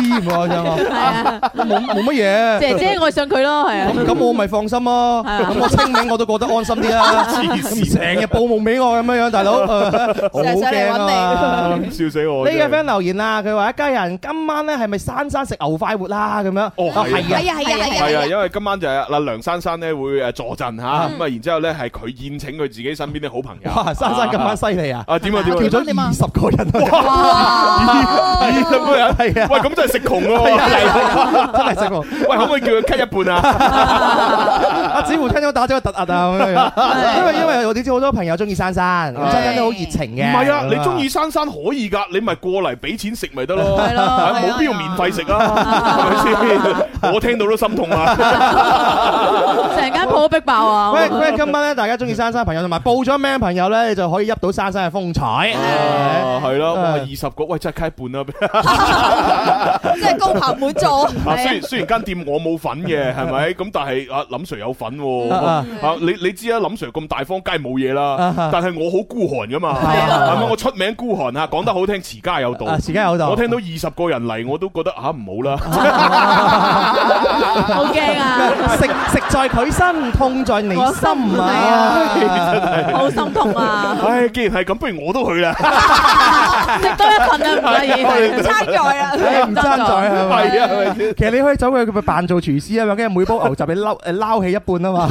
咦我真係
係啊，
冇冇乜嘢。
姐姐愛上佢咯，係啊。
咁我咪放心咯，
係啊
咁我清明我都覺得安心啲 啦。咁成
啊
日報夢俾我咁樣樣，大佬，呃好
成日上嚟
驚啊嘛！
咁笑死我！
呢
真
個
係
friend 留言啦，佢話一家人今晚咧係咪珊珊食牛快活啦咁樣？
哦係啊
係啊係啊
係
係
啊，
啊！
因為今晚就係阿梁珊珊咧會誒坐陣嚇，咁啊，然之後咧係佢宴請佢自己身邊啲好朋友。
哇！珊珊今晚犀利啊！
啊點啊點啊
叫！咗二十個人去，
咦咁個人
係 啊
喂咁真係食啊窮喎！
真係食喎！
喂，可唔可以叫佢 cut 一半啊？
阿子胡聽到打咗個突兀啊咁樣，因為因為我哋知好多朋友中意珊珊，咁珊珊都好熱情
唔
嘅。
係啊，
咁
你中意珊珊可以㗎，你咪過嚟俾錢食咪得咯，
係咯
係
係啊
冇必要免費 食啊，係咪先？我聽到都心痛啊！
成間鋪都逼爆啊！
喂喂，今晚咧大家中意珊珊嘅朋友同埋報咗名嘅朋友咧，你就可以入到珊珊嘅風采。
啊，係咯，哇，
啊
二十個，喂，真係 cut 一半啦！
即係高朋滿座。
啊，雖然雖然間店我冇份嘅，係咪？咁但係啊，林 Sir 有份喎。
啊
啊，你你知啦，林 Sir 咁大方，梗係冇嘢啦
啊啊。
但係我好孤寒噶嘛，
係啊
係咪？我出名孤寒啊，講得好聽，持家有道。
啊，時間有到。
我聽到二十個人嚟，我都覺得吓唔好 啦。
好 驚啊！
食食在佢身，痛在你
我心
心啊！
啊，好心痛啊！
唉，既然係咁，不如我都去啦。
食多一份啊，唔介意。
參 賽啊！
唉唔爭在係咪？
係啊，係咪先？
其實你可以走佢，佢咪扮做廚師啊嘛，跟住每煲牛雜 你撈誒撈起一半啊嘛，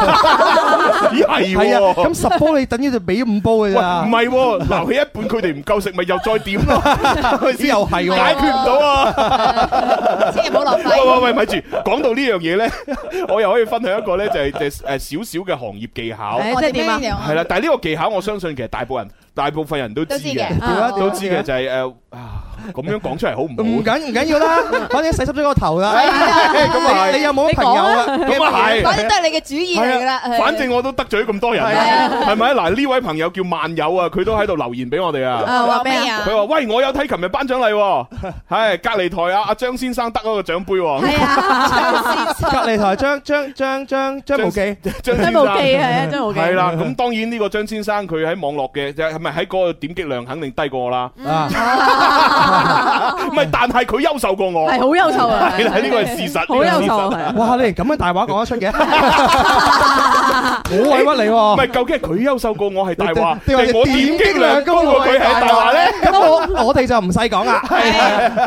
咦係
係啊，
喎
咁。十煲你等於就俾五煲嘅
喂，
咋
唔，係喎，留起一半佢哋唔夠食，咪又再點咯，係咪
之
先？
又係
解
喎，
決唔到啊！
千祈唔好浪
喂喂
費。
喂，咪住！講到呢 樣嘢咧，我又可以分享一個咧，就係就誒少少嘅行業技巧，
Ờ,
誒即係點啊？
係啦。但係呢個技巧，我相信其實大部分人大部分人都知
都知
嘅
嘅，，
啊
都知嘅就係誒啊咁樣講出嚟好唔
唔
好？
緊唔緊 要啦，反正洗濕咗個頭啦，
咁啊係
你你有冇朋友啊？
咁啊係
反正都係你嘅主意嚟噶啦。係
反正我都得罪咁多人
啊
啦，係咪？嗱，呢位朋友叫萬友啊，佢都喺度留言俾我哋啊。
啊，話咩啊？
佢話：喂，我有睇琴日頒獎禮喎，係隔離台啊，阿張先生得嗰個獎杯喎，
係 啊，
隔離台張張張張張無忌，
張先
真無忌
生。
係啊，真無忌。
係啦，咁當然呢個張先生佢喺網絡嘅，即係咪喺嗰個點擊量肯定低過我啦？
啊，
唔係，但係佢優秀過我。
係好優秀啊！
係啦呢個係事實呢個
好
係
優
事實
秀啊！
哇！你連咁嘅大話講得出 嘅，好委屈你
唔係，。
喎
究竟係佢優秀過我係大話，定
定定
係我點擊量高過佢係大話咧？
咁我我哋就唔細講啦，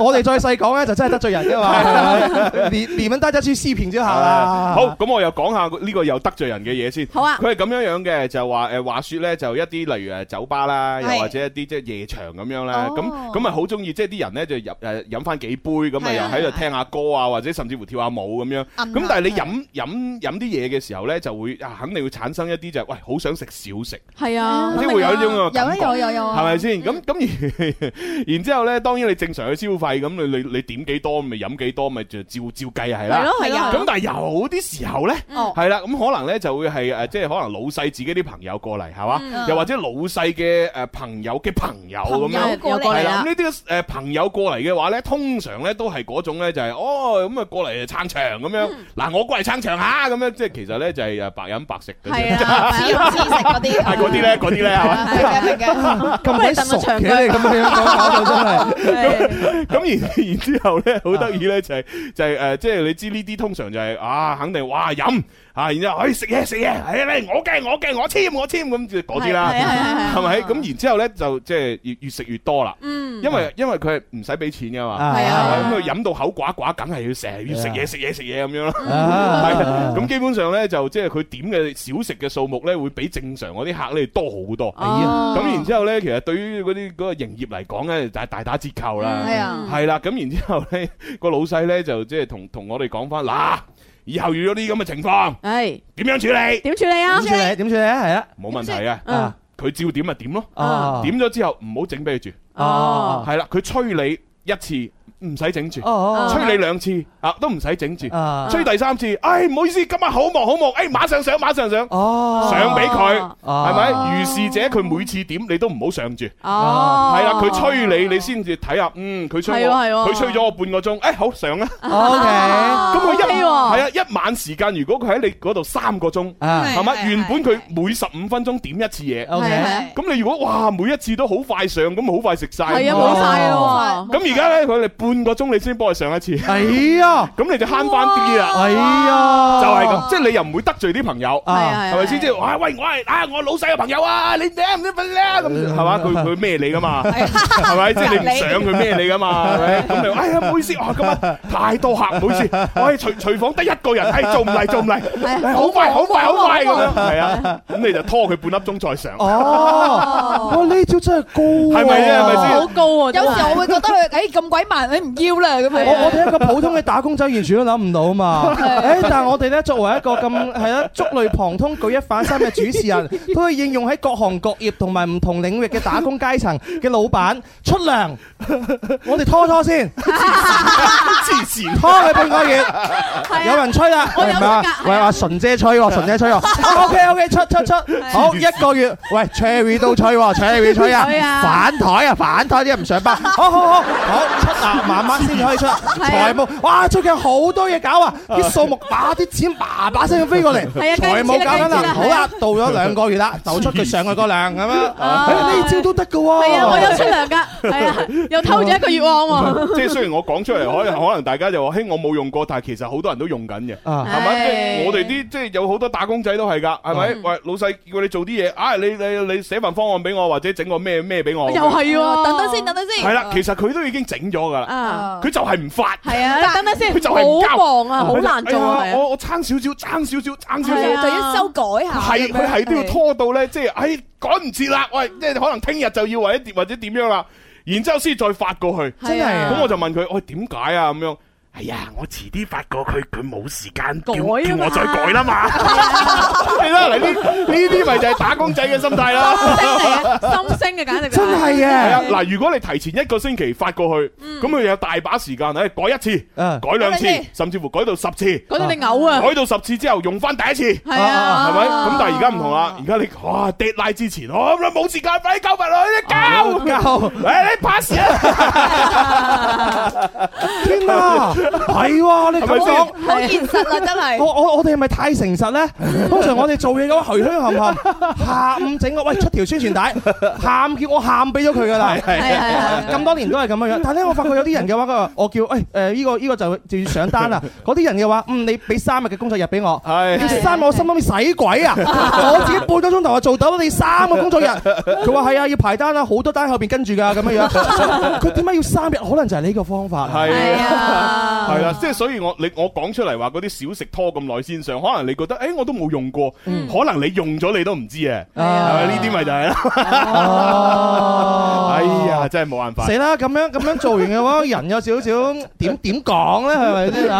我哋再細講咧就真係得罪人噶嘛，連連蚊大家去撕片之下啦。
好，咁我又講下呢個又得罪人嘅嘢先。
好啊
佢係咁樣樣嘅，就話誒話説咧，就一啲例如誒酒吧啦，又
係
或者一啲即係夜場咁樣咧，
哦
咁咁咪好中意即係啲人咧就入誒飲翻幾杯，咁咪
係
又
啊
喺度聽下歌啊，或者甚至乎跳下舞咁樣。
嗯
咁但係你
嗯
飲飲飲啲嘢嘅時候咧，就會啊肯定會產生一啲就係喂好想食少食。
係啊，
即係會有呢種嘅
有
感
啊
覺
有啊有啊有啊，
係咪先？咁咁然 然之後咧，當然你正常去消費，咁你你你點幾多咪飲幾多咪就照照計係
係
啦。
咯係啊。
咁但係有啲時候咧，
哦
係啦，咁可能咧就會係誒，即係可能老細自己啲朋友過嚟係嘛，又或者老細嘅誒朋友嘅朋友咁
朋友
樣。
有過
係
嚟
啦，
啊啦
咁，呢啲誒朋友過嚟嘅話咧，通常咧都係嗰種咧就係哦咁啊過嚟撐場咁樣，
嗯
嗱我過嚟撐場嚇咁樣，即係其實咧就係誒啊白飲白食嗰啲，
係 啊，
黐黐食嗰啲，
係嗰啲咧，嗰啲咧係 嘛。
明嘅明嘅，
咁鬼熟嘅你咁樣講搞到真係，
咁然然之後咧，好得意咧
啊
就係就係呃誒，即係你知呢啲通常就係啊，肯定哇飲啊，然之後哎食嘢食嘢，哎咧我嘅我嘅我簽我簽咁就嗰啲啦，
係係係係
係咪？咁然之後咧就即係越越食越多啦，
嗯
因為因為佢係唔使俾錢噶嘛，
係啊
咁佢飲到口寡寡，梗係要成日要食嘢食嘢食嘢咁樣啦。
啊
係啊咁基本上咧就即係佢點嘅小食嘅數目咧，會比正常嗰啲客咧多好多。
啊
哦
咁然之後咧，其實對於嗰啲嗰個營業嚟講咧，就係大打折扣
嗯
啦。
係啊
係啦，咁然之後咧，個老細咧就即係同同我哋講翻嗱，以後遇到啲咁嘅情況
係
點樣處理？
點處理啊
點？算咧？點算咧？係啊，
冇問題啊，
嗯，
佢照點咪點咯。
哦，
點咗之後唔好整俾佢住。
哦，
係啦，佢催你一次唔使整住，
哦，
催你兩次啊都唔使整住，
啊，
催第三次，唉唔好意思，今晚好忙好忙，
啊
唉馬上上馬上上，
哦，
上俾佢。
哦
係咪？如是者，佢每次點你都唔好上住，
哦，
係啦，佢催你，你先至睇下，嗯，佢催我，
係喎係喎
佢催咗我半個鐘，哎誒好上啦，
，OK，
咁佢一
OK 喎
係啊一晚時間，如果佢喺你嗰度三個鐘，
啊
係咪？
係係
原本佢每十五分鐘點一次嘢，
，OK，
咁你如果哇每一次都好快上，咁好快食晒，
係
咁
啊，冇晒
哦
咯喎。
而家呢，佢哋半個鐘你先幫佢上一次。
哎呀，
咁你就慳翻啲啦，
哎呀，
就係咁，即係你又唔會得罪啲朋友，
係啊
啊，
係
係咪先？即係哇喂，我係啊我老細嘅朋友啊，你嗲唔嗲啦咁，係嘛？佢佢咩你噶嘛？係咪？即係你唔想佢咩你噶嘛？係咪？咁你話哎呀唔好意思，哇今日太多客，唔好意 思，我係廚廚房得一個人，哎做唔嚟做唔嚟，哎好快好快好快咁樣，係啊，咁你就拖佢半粒鐘再上，
哦，哇，呢招真係高，
係咪啊係咪先
好高喎，
有
真係
時我會覺得佢，誒咁鬼慢，你唔要啦咁
我
樣。
我哋一個普通嘅打工仔完全都諗唔到嘛。誒，但係我哋咧作為一個咁係啊觸類旁通、舉一反三嘅主 持人，都可以應用喺各行各業同埋唔同領域嘅打工階層嘅老闆出糧。我哋拖拖先，
黐線，
拖佢半個月，
啊
有人吹啦，
我有
喂唔係啊
得㗎
喂話純姐吹喎，純姐吹喎。OK OK，出出出，好一個月，喂 Cherry 都吹喎，Cherry 吹
吹啊
啊，反台啊，反台啲人唔上班，好好好好出啊，慢慢先可以出財務，哇最近好多嘢搞啊，啲數目把啲錢叭叭聲咁飛過嚟，
係啊
財
計
務
住
搞
啦計
緊
住啦
啦，好啦，到咗兩個月啦，就出佢上去個糧咁樣，哎呢招都得㗎喎，
係啊，我有出糧㗎， 係啊，又偷咗一個 月喎。
即係雖然我講出嚟，可能可能大家就話，嘿我冇用過，但係其實好多人都用緊嘅。
啊
係咪？即係
唉
我哋啲即係有好多打工仔都係㗎，係咪？
嗯
喂，老細叫你做啲嘢，啊，你你你寫份方案俾我，或者整個咩咩俾我。
又係喎，
哦等等先，哦等等先。
係啦，其實佢都已經整咗㗎啦，
啊，
佢就係唔發。
係啊，等等先
佢就，係唔交
好忙啊，好難做啊，
哎呀
係啊
我我撐少少，撐少少，撐少
係
少。
啊
就要修改下。
係
咁樣
佢係都要。拖到咧，即係哎趕唔切啦，喂，即係可能聽日就要或者點或者點樣啦，然之後先再發過去。
真係啊
咁我就問佢，喂，點解啊？咁樣。哎呀，我遲啲發過佢，佢冇時間叫
改啊
叫
嘛
我再改啦 嘛。係啦，嗱呢呢啲咪就係打工仔嘅心 態啦。
心聲嚟啊，心聲嘅簡直就
真係
係啊，
嘅，
嗱，如果你提前一個星期發過去，咁佢有大把時間，誒改一次、
嗯
改兩次
改兩次，
甚至乎改到十次，
講到你嘔啊，
改到十次之後用翻第一次。
係啊，
係咪？咁但係而家唔同啦，而家你哇 deadline 之前，我冇時間，快啲交份
交
女，交，
交。
誒你 pass 啊，
天啊，係喎，你咁講。
好現實啦，真係
我。我我哋係咪太誠實咧？通常我哋做嘢嘅話，嘘嘘含含，下午整個喂出條宣傳帶，下午叫我下午俾咗佢噶啦。
係係係
咁多年都係咁樣樣，但係咧，我發覺有啲人嘅話，佢話我叫誒誒呢個呢個就就要上單啦。嗰啲人嘅話，嗯，你俾三日嘅工作日俾
啊
我，你
係
三日我心諗你使鬼啊！我自己半個鐘頭就做到，你三個工作日，佢話係啊，要排單啦，好多單後邊跟住㗎咁樣樣。佢點解要三日？可能就係呢個方法。
係
係。啊，
系啦，即係所以我你我講出嚟話嗰啲小食拖咁耐先上，可能你覺得誒我都冇用過，可能你用咗你都唔知啊，係咪呢啲咪就係啦？
哦
哎呀，真係冇辦法
死。啦！咁樣咁樣做完 嘅話，人有少少點點講咧，係咪先嚇？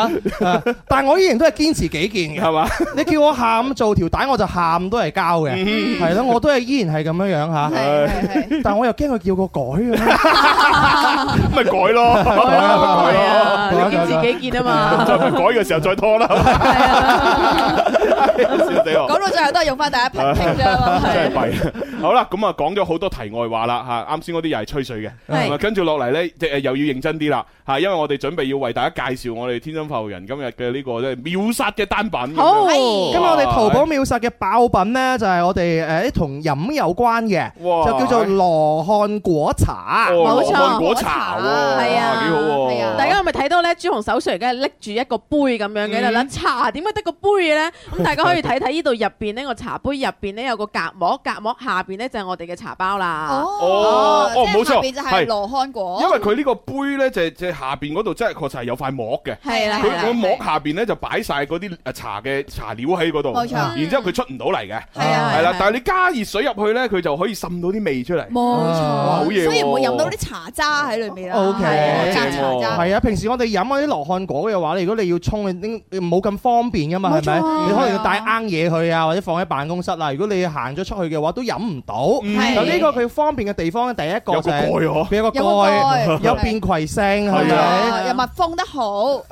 啊但係我依然都係堅持己見嘅。
係 嘛？
你叫我下午做條帶，我就下午都係交
嗯
嘅，係咯，我都係依然係咁樣 樣嚇。
係係係。
但我又驚佢叫我改啊！
咪改咯，
係啊
改
係
咯，
啊，你見自己見啊嘛，
再唔改嘅時候再拖啦。笑死我！
講到最後都係用翻第一批傾啫嘛。
真
係。
係弊。好啦，咁啊講咗好多題外話啦嚇，啱先嗰啲又係吹水嘅，
係
咁啊跟住落嚟呢，即係又要認真啲啦嚇，因為我哋準備要為大家介紹我哋天生發號人今日嘅呢個即係秒殺嘅單品。
好，
今日我哋淘寶秒殺嘅爆品呢，就係我哋誒啲同飲有關嘅，
哇哦
就叫做羅漢果茶。
冇錯
漢果茶喎，
係啊
幾好
係
喎。
啊
嗯
大家係咪睇到咧？朱紅手上而家係拎住一個杯咁樣嘅啦，嗱茶點解得個杯嘅咧？咁大大家可以睇睇呢度入邊呢個茶杯入邊呢有個隔膜，隔膜下邊呢就係我哋嘅茶包啦。
哦哦冇錯
下邊就
係
係羅漢果，
因為佢呢個杯咧就即係下邊嗰度真係確實係有塊膜嘅，
係啦係
佢
啦
個膜下邊咧就擺晒嗰啲誒茶嘅呃茶料喺嗰度，嗯
冇錯
然之後佢出唔到嚟嘅，
啊
係
係
啦
啊。
但係你加熱水入去咧，佢就可以滲到啲味出嚟，
冇
哇好嘢喎
錯，所以唔會飲到啲茶渣喺裏面啦。
O K，
係啊
正喎
隔茶渣。
係啊，平時我哋飲嗰啲羅漢果嘅話咧，如果你要沖，你你冇咁方便噶嘛，係
啊
咪？你可能要帶啱嘢去啊，或者放喺辦公室啊。如果你行咗出去嘅話，都飲唔到。
嗯
係
就呢個佢方便嘅地方，第一個
嗯有
就
個
係
蓋呵。
佢有個
有個蓋
蓋，有便攜聲，係
係
咪？
啊又密封得好，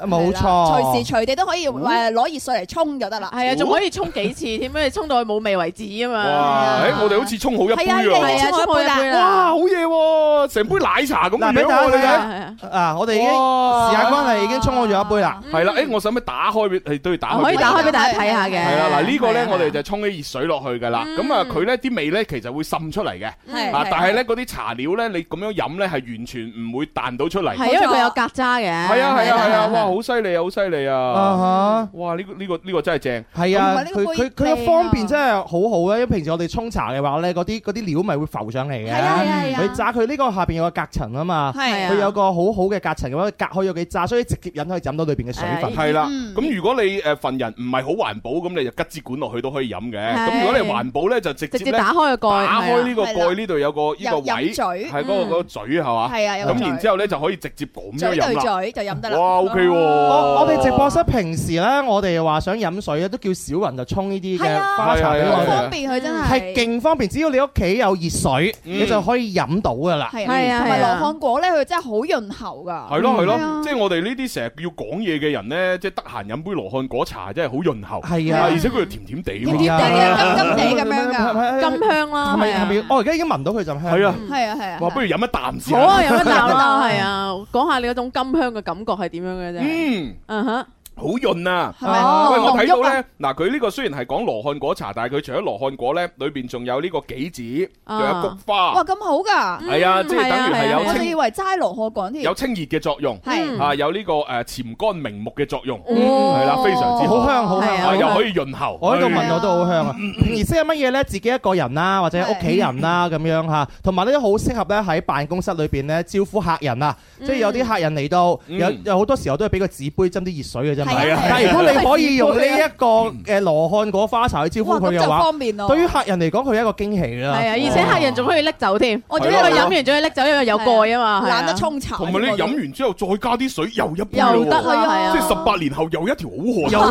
冇錯
係啦隨時隨地都可以誒攞熱水嚟沖就得啦。
係啊，仲可以沖幾次添，因為沖到佢冇味為止啊嘛。
哦哇！誒，我哋好似沖好一杯
係啊
喎，
係啊
沖開一杯
哇！
啦。
好嘢喎，成杯奶茶咁
嗱
嘅樣
俾大家
喎，你
睇
睇
下。
係啊
啊，我哋已經
哇
時間關係已經沖好咗一杯啦。
係啦，誒，我使唔使打開俾？係都要打開
可以
俾大家
打開俾大家睇下嘅。
係啦，嗱呢個
係
呢，
啊
我哋就沖啲熱水落去㗎啦。
嗯
咁啊，佢呢啲味呢，其實會滲出嚟嘅。
係
啊，但係呢，嗰啲茶料呢，你咁樣飲呢，係完全唔會彈到出嚟。
係因為佢有格渣嘅。係
啊係啊係啊係啊！哇，好犀利啊，好犀利啊！
啊
哇，呢個呢個呢個真係正。
哈，係啊
同埋，呢個
佢
杯
佢佢
靚
嘅
啊
方便真係好好啊！因為平時我哋沖茶嘅話咧，嗰啲嗰啲料咪會浮上嚟嘅。
係啊係啊係啊
佢炸佢呢個下邊有個隔層啊嘛，
係啊
佢有個好好嘅隔層咁樣隔開咗幾炸，所以直接飲可以飲到裏邊嘅水分。
係啦，
嗯
咁如果你誒份人唔係好環保，咁你就吉支管落去都可以飲嘅。
係
咁如果你環保呢，就直
直
接
接
呢
打開個蓋。啊
打開呢個
係啦
蓋，呢度有個呢個
入入
位，
嘴
係嗰個嗰個嘴係嘛？
係啊，有個
咁
嘴
然之後呢，就可以直接咁樣
嘴對
飲啦。
嘴就飲得啦。
哇，OK 喎！
我
我
我哋直播室平時咧，我哋話想飲水咧，都叫小雲就沖呢啲
係
嘅
啊
花茶俾
係啊
好
我
係啊
哋，
方便佢真係。
係勁方便。只要你屋企有熱水，
嗯
你就可以飲到噶啦。
係
係啊
啊，同埋
係啊
羅漢果咧，佢真係好潤喉㗎。
係咯係
係
咯
啊，
即係我哋呢啲成日要講嘢嘅人咧，即係得閒飲杯羅漢果茶，真係好潤喉。
係
啊
啊
而，且佢又甜甜地
甜
喎。
甜地嘅，金金地咁樣㗎。
金香啦，
係咪
係啊
係咪？我而家已經聞到佢陣香。
係啊，
係啊係啊。
哇！不如飲一啖先。
好啊，有一啖
有 一
啦，
啖
係啊，講下你嗰種金香嘅感覺係點樣嘅啫。
嗯，
嗯哼，
好潤啊！
係咪
喂，我睇到
濃郁啊
咧，嗱，佢呢個雖然係講羅漢果茶，但係佢除咗羅漢果咧，裏邊仲有呢個杞子，
啊
仲有菊
哇
花，
咁好㗎，
係啊，
嗯
即係等於
係啊
係
係啊
有
我仲
清
以為齋羅漢果添。
有清熱嘅作用，
係
嗯
啊，有呢個誒潛肝明目嘅作用，
嗯
哦
係啦，非常之
好香好
係啊
香，
啊，
好
又
香
可以潤喉。
我喺度
哎
聞
呀
到都好香啊！而適合乜嘢咧？自己一個人啦，或者屋企人啦咁樣嚇，同埋咧好適合咧喺辦公室裏邊咧招呼客人啊！即係有啲客人嚟到，
嗯
有有好多時候都係俾個紙杯斟啲熱水嘅啫嘛。
係啊
但係如果你可以用呢一個誒羅漢果花茶去招呼
哇，
佢
咁
嘅
就
話，
方便咯。
對於客人嚟講，佢係一個驚喜
係
啦。
啊，而且客人仲可以拎走添，
我仲
因
以
為
係
為
咯
飲完仲可以拎走，因為有蓋啊嘛，係啊
懶得沖茶。
同埋你飲完之後再加啲水，又一杯
又得
咯
啦，係
喎，
啊，
即係十八年後又一條
有
好
一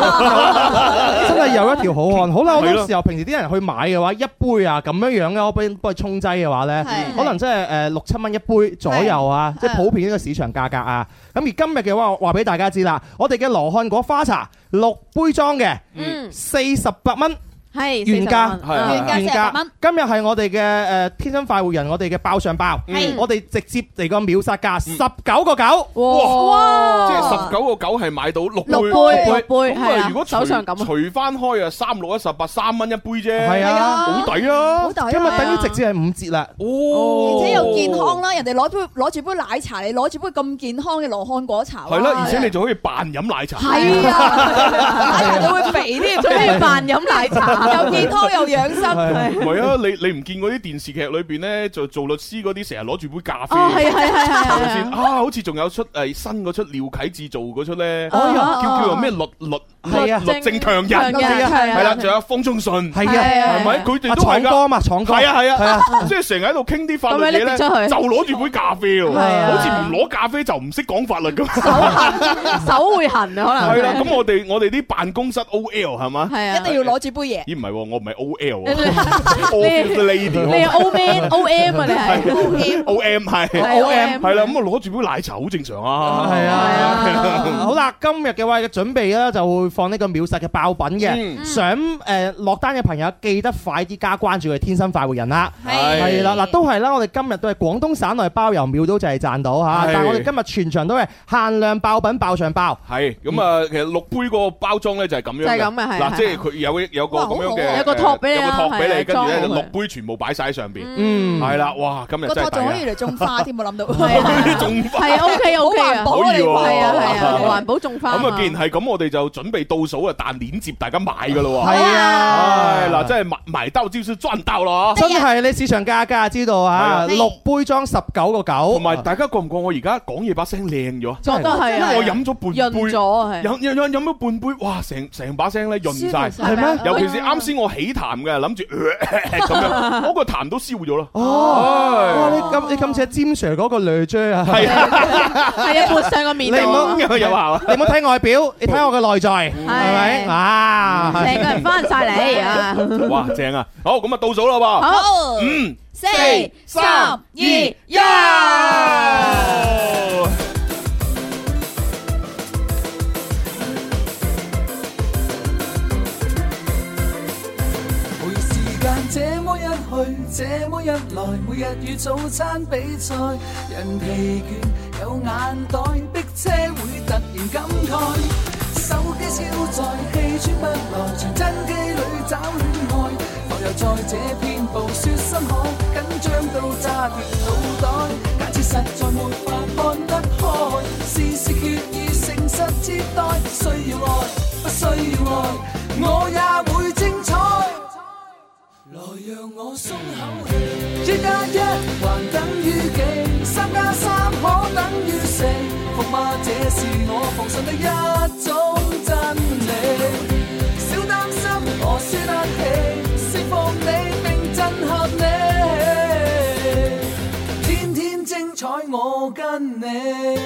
真係有一條 好漢。好啦，好
係咯
多時候平時啲人去買嘅話，一杯啊咁樣樣嘅，我俾幫佢沖劑嘅話咧。
係
可能真係誒呃六七蚊一杯左右啊，
係
即係普遍呢個市場價格啊。咁而今日嘅話，我話俾大家知啦，我哋嘅羅漢果花茶六杯裝嘅，
嗯，
四十八蚊
係
原價
40蚊
係啊
原價
原
48蚊。
今日係我哋嘅誒天生快活人，我哋嘅爆上爆，
係
嗯我哋直接嚟個秒殺價
嗯
十九個九。
喎，
哇
即係 十九個九係買到六杯。
六杯
六
六杯
咁啊！
係
如果
啊，
除
手上咁啊，
除翻開啊，三六一十八三蚊一杯啫，
係
係
啊，
啊，
好抵啊！
好抵啊。
今日等於直接係五折啦。
哦
而且又健康。啦，人哋攞杯攞住杯奶茶，你攞住杯咁健康嘅羅漢果茶，
係啦，
哇
而且你仲可以扮飲奶茶。
係 啊，奶茶就會肥添，
仲可以扮飲奶茶，
又健康又養生，
係
唔係啊，你你唔見嗰啲電視劇裏邊咧，就做律師嗰啲成日攞住杯咖啡。
哦，係啊係啊係啊
係
係
咪
啊
先啊？好似仲有出誒新嗰出廖啟智做嗰出咧，叫
哎呀，
啊
叫做咩律律
係啊
律政強人，
強
係啊
係啊
係啦，仲有方中信，係
係啊，
係啊
咪？佢哋
阿
都係
闖
㗎。
哥嘛，闖哥
係啊係啊，即係成日喺度傾啲法律嘢咧，
咁樣拎咗佢
就攞住杯咖啡喎，
係啊
好似唔攞咖啡就唔識講法律 咁。
手會痕啊，可能
係啦，咁我哋我哋啲辦公室 O L 係嘛？
係啊，
一定要攞住杯嘢。
咦唔係喎，我唔係 O
你
L
你 你係
lady
O man O M 啊，你係
O M 係
係
OM
係啦，咁我攞住杯奶茶好正常啊。
係
係
啊，好啦，今日嘅話嘅準備咧就會放呢個秒殺嘅爆品
嗯
嘅，想誒落單嘅朋友記得快啲加關注佢天生快活人啦。
係
係啦，嗱都係啦，我哋今日都係廣東省內包郵秒都就係賺到嚇
係，
但係我哋今日全場都係限量爆品爆上爆，
係咁啊，其實六杯個包裝咧就係咁樣嘅，
就係咁嘅係
嗱，
係
即係佢有有個咁樣嘅
有個托俾你
有
啊
個托俾
係
你，跟住咧
啊裝好
就
佢
六杯全部擺晒喺上邊，
嗯
係啦，哇，今日
個
真係
托仲可以
抵
嚟種花添，我諗到。
啊，仲快
係 OK
好
OK 啊
環，保
可
啊
以
你
喎，
話
係啊係啊，
係
環保種花啊
咁
嘛
啊，既然係咁，我哋就準備倒數啊，彈鏈接大家買噶咯喎。
係啊
唉，嗱，真係買買到招先賺到咯。
真係你市場價格知道啊，
係啊
六杯裝十九個九，
同埋大家覺唔覺我而家講嘢把聲靚咗？
真
我都
係
係
因
啊，
為我飲咗半
潤
杯，
咗啊係。
飲飲飲飲咗半杯，哇！成成把聲咧潤晒，
啊舒服晒係咩
尤其是啱先我起痰嘅，諗住呃咁樣，嗰個痰都消咗咯。
哦，哇！你咁你咁似阿詹 Sir 嗰個女追啊，
係啊，
係啊，抹上個面
你
度
唔好
啊，
咁有效啊！
你唔好睇外 表，你睇我嘅內在，係咪啊？
成個人翻晒嚟啊！
哇，正啊！好，咁啊倒數啦喎。
好，
嗯，
四、三、二、一。
每時間這麼一去，這麼一來，每日與早餐比賽，人疲倦有眼袋，逼車會突然感慨。手機超載，氣喘不來，傳真機裏找戀愛，浮游在這片暴雪深海，緊張到炸斷腦袋。假設實在沒法看得開，事事決意誠實接待，需要愛，不需要愛，我也會精彩。來讓我鬆口氣，一加一還等於幾？三加三可等於四？伏嗎？這是我奉信的一種真理。小擔心，我輸得起，釋放你並震撼你，天天精彩我跟你。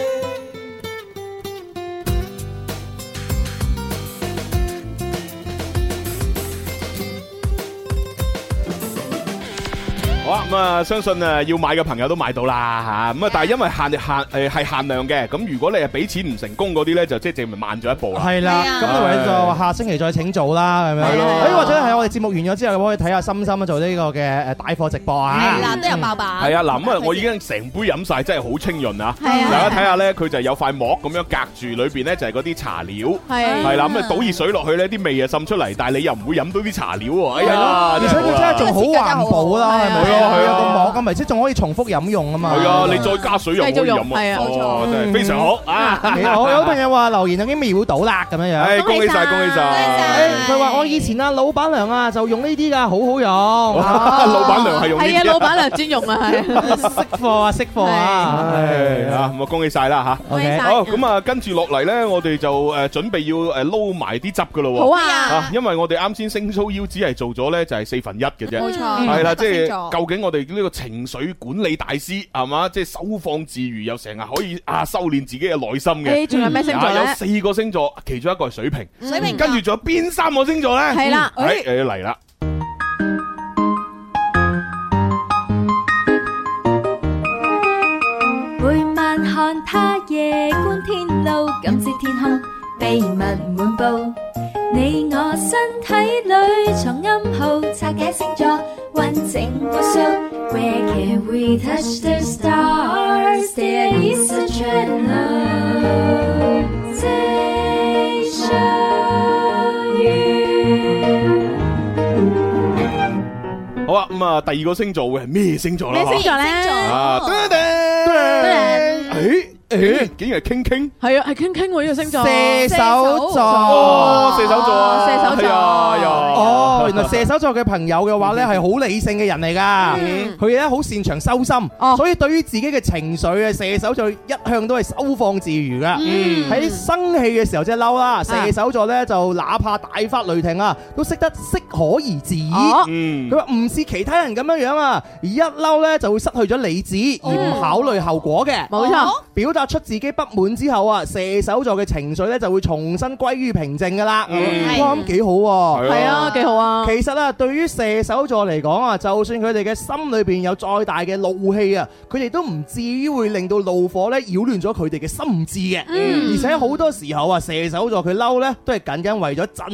好啊，咁啊，相信啊要買嘅朋友都買到啦吓，咁啊，但係因為限限誒係限量嘅，咁如果你係俾錢唔成功嗰啲咧，就即係證明慢咗一步啦。
係啦
係，啊
咁啊，或者就話下星期再請早啦，咁樣。
係咯
誒或者係我哋節目完咗之後，可以睇下心心做呢個嘅誒帶貨直播啊
係。啦，都有爆版。
係啊，嗱咁啊，我已經成杯飲晒，真係好清潤啊！
係啊
大家睇下咧，佢就有塊膜咁樣隔住，裏邊咧就係嗰啲茶料，
係
係啦，咁啊倒熱水落去咧，啲味啊滲出嚟，但係你又唔會飲到啲茶料喎。哎呀，
而且佢真係仲好環保啦，係咪
係啊係啊
有個膜咁，咪即係仲可以重複飲用啊嘛。
係啊，你再加水又可以
繼續用
飲
係
啊，
啊
哦，真係非常好啊！
幾好，有朋友話留言已經秒到啦，咁樣樣。
唉，恭喜晒，恭喜晒！
誒佢話我以前啊，老闆娘啊就用呢啲㗎，好好用。
哇 老闆娘係用呢
係啊，
啲
老闆娘專用啊，係
識貨啊，識貨啊。
唉啊，咁啊恭喜晒啦吓！
O K，
晒
好，咁啊，跟住落嚟咧，我哋就誒準備要誒撈埋啲汁噶咯喎。
好啊，
啊，因為我哋啱先星 show 腰只係做咗咧，就係四分一嘅啫。
冇錯，
係啦，即係
夠
究竟我哋呢個情緒管理大師係嘛，即係收放自如，又成日可以啊修煉自己嘅內心嘅。
誒，仲有咩星座
嗯啊有
咧？
四個星座，其中一個係水瓶，
嗯
水平
跟住仲有邊三個星座咧？
係啦
嗯係誒嚟啦，
每晚看他夜觀天路，感知天空秘密滿布。你我身體裏藏暗號，拆解星座完整無數。Where can we touch the stars? There is a translation.
好啊，咁啊第二個星座會係咩星座啦？
咩星座咧？
啊，噔噔誒誒，竟然係傾傾
係啊，係傾傾喎呢個星座。
射手座。
哦，射手座
Ờ,
啊，
射手座
係啊係啊
哦，原來射手座嘅朋友嘅話
嗯
呢，係好理性嘅人嚟噶，佢咧好擅長收心，
哦
所以對於自己嘅情緒啊，射手座一向都係收放自如噶。
嗯
喺生氣嘅時候即係嬲啦，
啊
射手座呢，就哪怕大發雷霆啊，都識得適可而止。
哦，
嗯
佢話唔似其他人咁樣樣啊，而一嬲呢，就會失去咗理智，而唔考慮後果嘅。
哦冇錯，
表達出自己不滿之後啊，射手座嘅情緒咧就會重新歸於平靜噶啦。
嗯
哇，咁幾好喎！
係啊，幾好啊。啊
其實啊，對於射手座嚟講啊，就算佢哋嘅心裏邊有再大嘅怒氣啊，佢哋都唔至於會令到怒火咧擾亂咗佢哋嘅心智嘅。
嗯
而且好多時候啊，射手座佢嬲咧，都係僅僅為咗震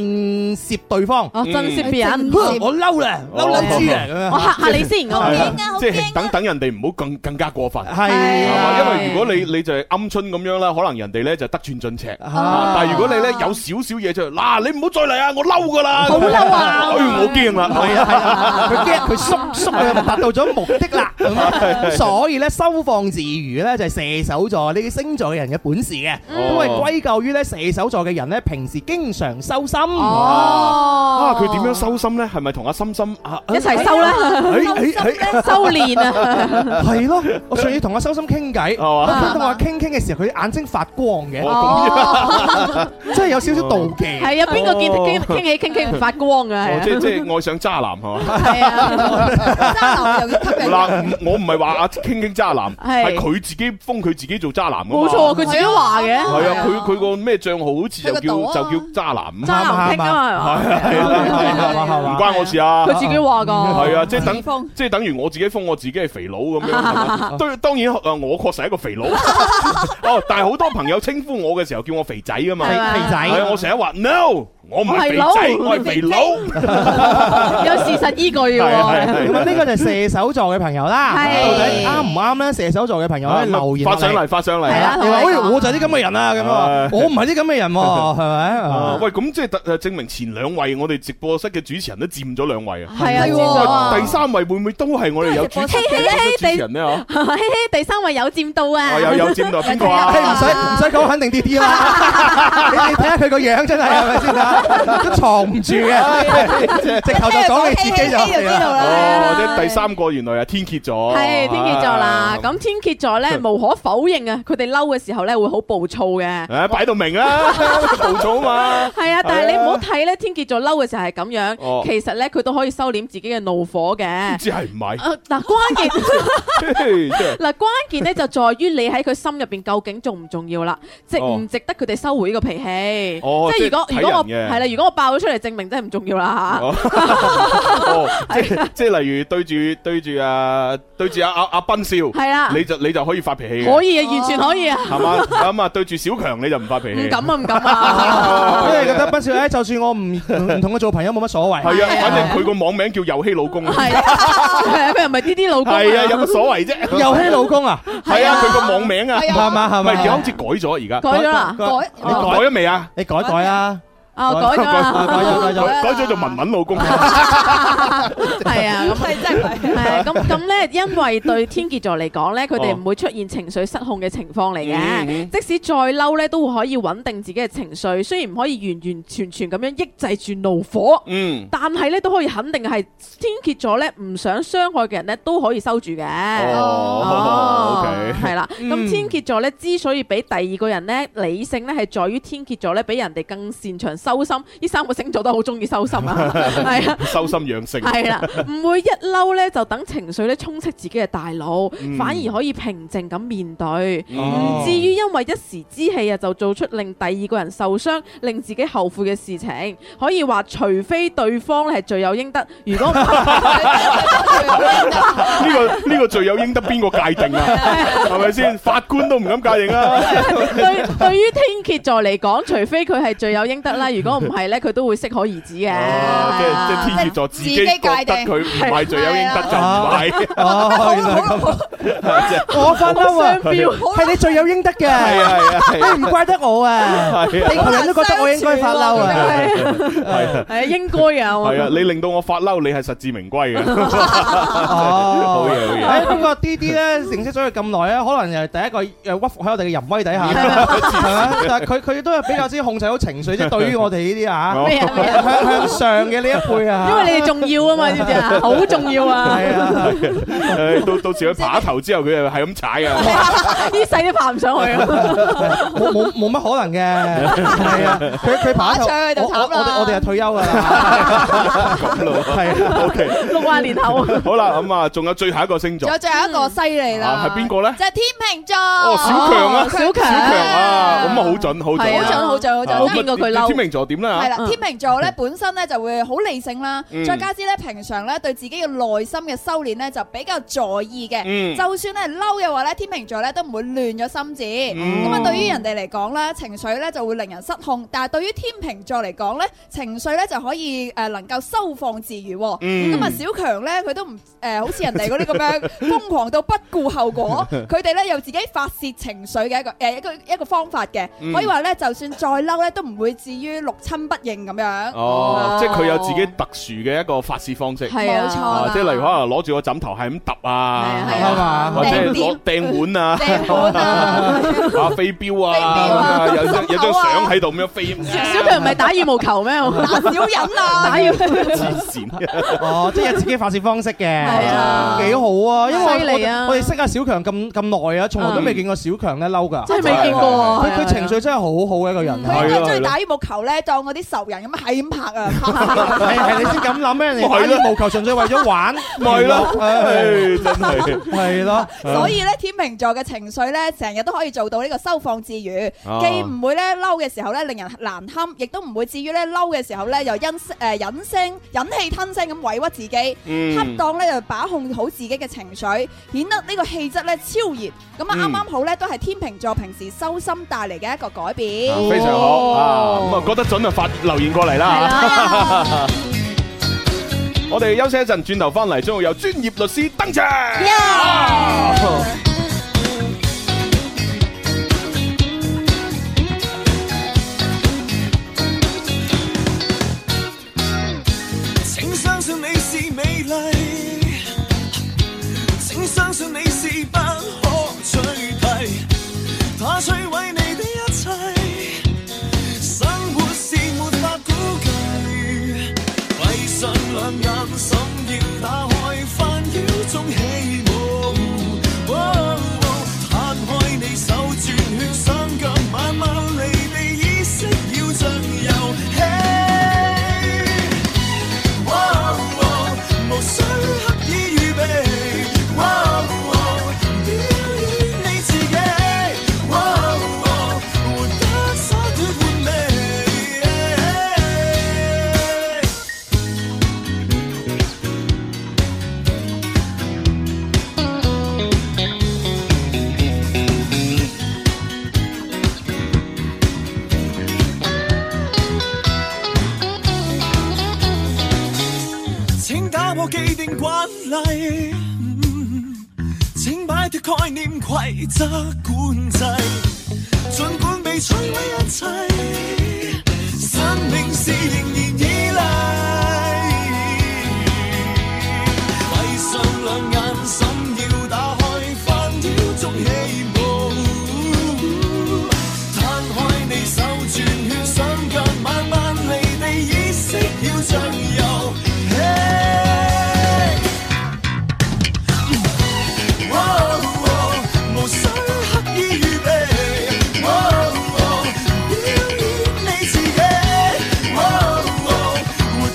懾對方。
哦震懾別人
嗯哼我嬲啦，嬲嬲豬啊咁 樣。
我嚇嚇你先，我
係啦
驚啊，
即係等等人哋唔好更更加過分。
係
係嘛
啊，
因為如果你你就係鵪鶉咁樣啦，可能人哋咧就得寸進尺。
啊
但係如果你咧有少少嘢出嚟，嗱你唔好再嚟啊！我嬲噶啦，
好嬲啊
哎我驚啦，
係啊係 啊，佢驚佢縮縮佢就達到咗目的啦，咁啊所以咧收放自如咧就係射手座呢啲星座嘅人嘅本事嘅，
嗯
都係歸咎於咧射手座嘅人咧平時經常收心。
啊
哦，
佢點樣收心咧？係咪同阿心心啊
哦
一齊收啦，
哎
哎
修練啊，
係咯，我上次同阿收心傾偈，
係
我
嘛
聽到我傾傾嘅時候，佢眼睛發光嘅，
哦，
真係有少少妒忌。
係啊，邊個見傾傾起傾傾唔發光啊？
哎哦即
係
係即係愛上渣男係嘛？
啊，係啊，
渣男又要吸引人，
嗱，我唔係話阿傾傾渣男，
係
係佢自己封佢自己做渣男噶嘛
冇錯，佢自己話嘅，
係啊，佢佢個咩帳號好似就叫
佢個島啊
就叫渣男，唔
渣男傾啊嘛，
係嘛係嘛
關我事啊。
佢自己話噶，
係啊，即係
自
等
封
即係等於我自己封我自己係肥佬咁樣係 嘛。對，當然誒，我確實係一個肥佬。哦，但係好多朋友稱呼我嘅時候叫我肥仔噶嘛。
係
係
嘛
肥
係
啊，我
仔，
成日話 no，我唔係肥
我係
仔，
佬
我係肥佬。
有事實依據
係
嘅
係
喎。
咁啊
係
呢個就係射手座嘅朋友啦。
係
到底啱唔啱咧？射手座嘅朋友可以留言
啊發
落嚟
上嚟，發上嚟。
係啊
你話，喂，我就係啲咁嘅人啊，咁啊
啊，
我唔係啲咁嘅 人喎，係咪？
啊
啊
喂，咁即係特誒證明前兩位我哋直播室嘅主持人都佔咗兩位啊。
係啊，
係喎
佔咗啊
第三位會唔會都係我哋有主持
嘿嘿嘿
主持人咧？嗬，
嘿嘿第三位有佔到
哦
啊，
我有有佔到邊個
嘿唔
啊？
使唔使講，肯定啲啲啦。你你睇下佢個樣真係係咪先啊？都藏唔住嘅，直頭就講你自己就係啦。
哦，即係第三個原來係天蠍座。
係天蠍座啦
哦啊，
咁天蠍座 咧無可否認啊，佢哋嬲嘅時候咧會好暴躁嘅。
誒，擺到明啦， 暴躁 嘛。
係啊，但係你唔好睇咧，天蠍座嬲嘅時候係咁
哦
樣，其實咧佢都可以收斂自己嘅怒 火嘅
唔。知係唔係？
啊嗱，關鍵
真係
嗱關鍵咧就在於你喺佢心入邊究竟重唔重要啦，值唔值得佢哋收回呢個脾氣？
哦
即係如果
即係
如果我
睇人嘅
係啦，如果我爆咗出嚟，證明真係唔重要啦
哦 哦，即係即係例如對住對住啊對住阿阿阿斌少，
嚇。係啦，
你就你就可以發脾氣
可
嘅，
以啊，完全可 以啊，
係嘛？咁啊對住小強你就唔發脾氣
唔。敢啊，唔敢 啊。
因為覺得不少咧，就算我唔唔同佢做朋友冇乜所謂。
係啊，
係啊
反正佢個網名叫遊戲老公。
係啊，係啊，佢又唔係啲啲老公啊。
係啊，有乜所謂啫？
遊戲老公啊，
係啊，佢個網名啊，
係啊
係嘛係
唔係好
咪？
似改咗而家，
改咗啦，
改
你改咗未啊？
你改改啊！
啊改咗
改
啦，
改
改
改改，
改咗做文文老公。
係啊，咁
係真係
係啊咁咁咧，因為對天蝎座嚟講咧，佢哋
哦
唔會出現情緒失控嘅情況嚟
嗯
嘅
嗯，
即使再嬲咧，都會可以穩定自己嘅情緒，雖然唔可以完完全全咁樣抑制住怒火。
嗯，
但係咧都可以肯定係天蝎座咧，唔想傷害嘅人咧都可以收住嘅。
哦，OK。
係啦。咁天蝎座咧之所以比第二個人咧理性咧，係在於天蝎座咧比人哋更擅長收心。呢三個星座都好中意收心啊，係啊。
收心養性。
係啦，唔會一嬲咧就等情緒咧充斥自己嘅大腦，
嗯
反而可以平靜咁面對。
哦
唔至於因為一時之氣啊，就做出令第二個人受傷、令自己後悔嘅事情。可以話，除非對方咧係罪有應得，如果唔
呢個呢個罪有應得邊個界定啊？係咪先？法官都唔敢界定啦。
對對於天蠍座嚟講，除非佢係罪有應得啦，如果唔係咧，佢都會適可而止嘅。
哦即係即係天蠍座自己覺得佢唔係罪有應得就唔係，
哦，原來咁。我分嬲啊！係你罪有應得
係
嘅，
啊係啊係啊
你唔怪得我啊！
係啊
你個人都覺得我應該發嬲啊！
係啊
係啊，應該啊，我
係啊！你令到我發嬲，你係實至名歸嘅。
哦，
好嘢好嘢
誒，不過 D D 咧認識咗佢咁耐咧，可能又係第一個誒屈服喺我哋嘅淫威底下，係咪？但係佢佢都係比較之控制到情緒，即係對於我哋呢啲啊
咩啊咩啊，
向向上嘅呢一輩啊，
因為你哋重要啊嘛，知唔知啊？好重要啊！
係啊，
誒到到時佢爬咗頭之後，佢就係咁踩啊！
呢世都爬唔上去啊！
冇冇冇乜可能嘅，係啊，佢佢爬
爬
頭，
上去就
我我
慘啦
我哋我哋係退休㗎啦，
咁咯，
係啊
OK，
六啊年後，
好啦，咁啊，仲有最後一個星座
仲有，最後一個犀利啦
啊，係邊個咧
就係天秤座。
哦，小強啊，
小強
小強啊，咁啊好準，好
係
準，
啊
好準好準好準
啊咁啊
見過佢嬲
天秤秤座點啊啦
係
嚇
啦，
嗯
天秤座咧本身咧就會好理性啦，
嗯
再加之咧平常咧對自己嘅內心嘅修練咧就比較在意嘅。
嗯
就算咧嬲嘅話咧，天秤座咧都唔會亂咗心智。
嗯
咁啊、對於人哋嚟講咧，情緒咧就會令人失控，但係對於天秤座嚟講咧，情緒咧就可以誒、呃能夠收放自如喎。
嗯
咁啊、小強咧佢都唔誒、呃好似人哋嗰啲咁樣瘋狂到不顧後 果，佢哋咧有自己發泄情緒嘅一個誒、呃一個一個方法嘅，
嗯
可以話咧就算再嬲咧都唔會至於六親不認咁樣。
哦，即係佢有自己特殊嘅一個發泄方式，
係啊冇錯
哦
啦
啊即係例如可能攞住個枕頭係咁揼啊，
係啊
或者係
掟碟
攞掟碗啊，
掟碗 啊，
啊飛鏢啊，有張有張相喺度咁樣飛，
小強唔係打羽毛球咩？ 打
小人 啊
打羽
黐線，
哦，即係有自己發泄方式嘅，
啊
幾好啊！因為我
犀利啊
我哋識阿小強咁咁耐啊，從來都未見過小強咧嬲㗎，
真係未見過啊
佢
係啊
佢情緒真係好好嘅一個人，
佢應該中意打羽毛球咧，當嗰啲仇人咁係咁拍啊，拍
係係你先咁諗咩？人哋打
咪係咯
羽毛球純粹為咗玩，
咪係咯唉
娛樂
真係
係咯，
所以咧，天秤座嘅情緒咧，成日都可以做到呢個收放自如，
哦
既唔會咧嬲嘅時候咧令人難堪，亦都唔會至於咧嬲嘅時候咧又因誒忍聲忍氣吞聲咁委屈自己，
嗯
恰當咧就把控好自己嘅情緒，顯得呢個氣質咧超然。咁啊，啱
嗯
啱好咧都係天秤座平時修心帶嚟嘅一個改變。
非常好啊！咁啊，覺得準就發留言過嚟
啊
啦。我哋休息一陣，轉頭翻嚟，將會有專業律師登場。啊
請相信你是美麗，請相信你是不可取替，它摧毀你的一切，生活是沒法估計。閉上兩眼，心要打開，翻腰中起舞，哦攤開你手轉圈雙腳，慢慢離地意識要像遊戲。哇哦，無需刻意預備。哇哦，表演你自己。哇哦，活得灑脱換味。請打破既定慣例，嗯請擺脱概念規則管制，儘管被摧毀一切，生命是仍然依賴。閉上兩眼，心要打開，翻跳中起舞，攤開你手轉圈雙腳，慢慢離地意識要像遊戲。哇哦，無需刻意預備。哇哦，表演你自己。哇哦，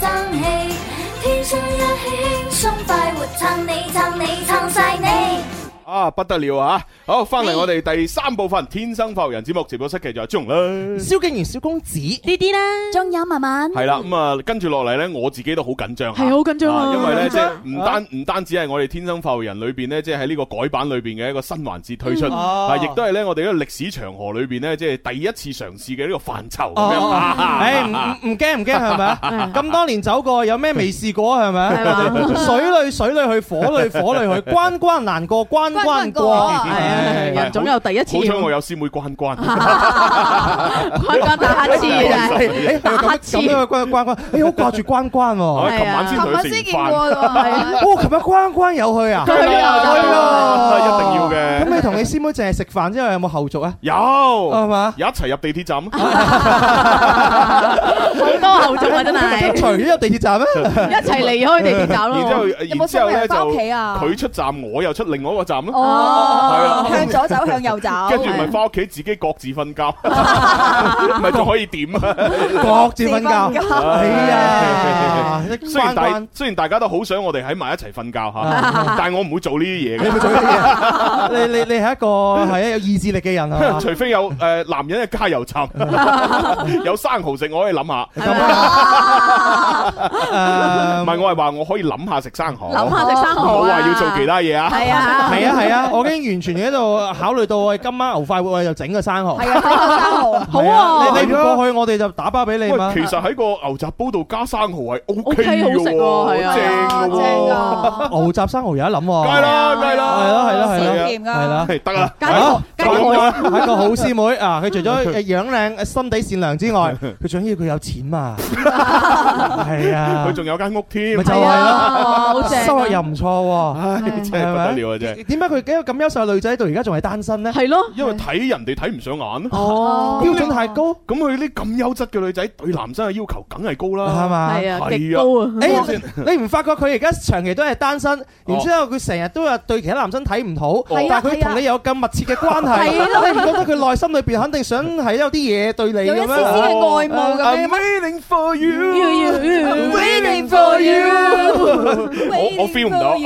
爭氣，天生一起輕鬆快活，撐你撐你撐晒你。
啊，不得了啊！好，翻嚟我哋第三部分《天生浮人》節目直播室，繼續有朱紅啦。
蕭敬元、蕭公子
呢啲啦，仲有文文
系啦，咁啊，跟住落嚟咧，我自己都好緊張嚇，
係好緊張啊
因為咧，即係唔
啊
單唔單止係我哋天生浮人裏邊咧，即係喺呢個改版裏邊嘅一個新環節推出，
嗯哦
啊，亦都係咧我哋呢個歷史長河裏邊咧，即係第一次嘗試嘅呢個範疇咁 樣。
誒哦唔唔唔驚唔驚係咪啊？咁多年走過，有咩未試過係咪啊
係嘛？
水裏水裏去，火裏火裏去，關關難過關關過，
啊
係
人總有第一次
好彩我有師妹關關。
關關打乞嗤啊真係
誒
打乞嗤
咁樣關關關，誒好掛住 關關
啊
喎。
琴晚先同佢食完飯
啊
哦，琴日關關有去啊？
佢去啊
係啊
一定要嘅
咁你同你師妹淨係食飯之後有冇後續啊？
有
係嘛？
有一齊入地鐵站。
好多後續啊，真係。
除咗入地鐵 站咩？
一齊離開地鐵站咯
然之後，呃
有冇
然之後咧
送人返屋企
就
啊
佢出站，我又出另外一個站咯。
哦
係啊
向左走向右走
跟住咪翻屋企自己各自瞓覺，咪仲可以點啊？
各自瞓覺哎呀
雖然
關
大
關
雖然大家都好想我哋喺埋一齊瞓覺嚇
啊，
但係我唔會做呢啲嘢嘅。
你咪做呢啲嘢，你你你係一個係啊有意志力嘅人 啊！
除非有誒男人嘅加油站，有生蠔食，我可以諗下。唔係，我係話我可以諗下食生蠔，
嗯諗下食生蠔啊
冇話要做其他嘢啊。
係啊係啊係啊！我已經完全喺度考慮到我今晚牛快活，我就整個生蠔。
係啊整個生蠔好
啊
你你唔
係啊
過去，我哋就打包俾你
喂
嘛，。
其實喺個牛雜煲度加生蠔係 O K
OK，
嘅
好食喎係啊
正嘅
正啊哦
喎。
牛雜生蠔有得諗喎。
梗係啦梗係啦
係啊啦係啦係
少
啦，
甜㗎
係啦，
係得啦
係
好
啊
加油
咁樣係一個好師妹啊！佢除咗誒樣靚、誒心地善良之外，佢最緊要佢有錢嘛。係啊，
佢仲有間屋添，
咪就係
啊好
咯
正啊，
收入又唔錯
真
喎，
係不得了啊！真係。
點解佢幾個咁優秀嘅女仔到而家仲係單身咧？
係咯，
因為睇人哋睇唔上眼啊
哦標準太高。
咁佢呢咁優質嘅女仔對男生嘅要求梗係高啦，
係嘛？
à.
係啊，
誒你你唔發覺佢而家長期都係單身，然之後佢成日都有對其他男生睇唔好，
係啊
但係佢同你有咁密切嘅關係，
係咯
你唔覺得佢內心裏邊肯定想係有啲嘢對你
有一
咁樣？
絲絲嘅愛慕咁樣 Ờ, waiting
I'm
for you,
I'm
waiting for you 我我 feel 唔到 feel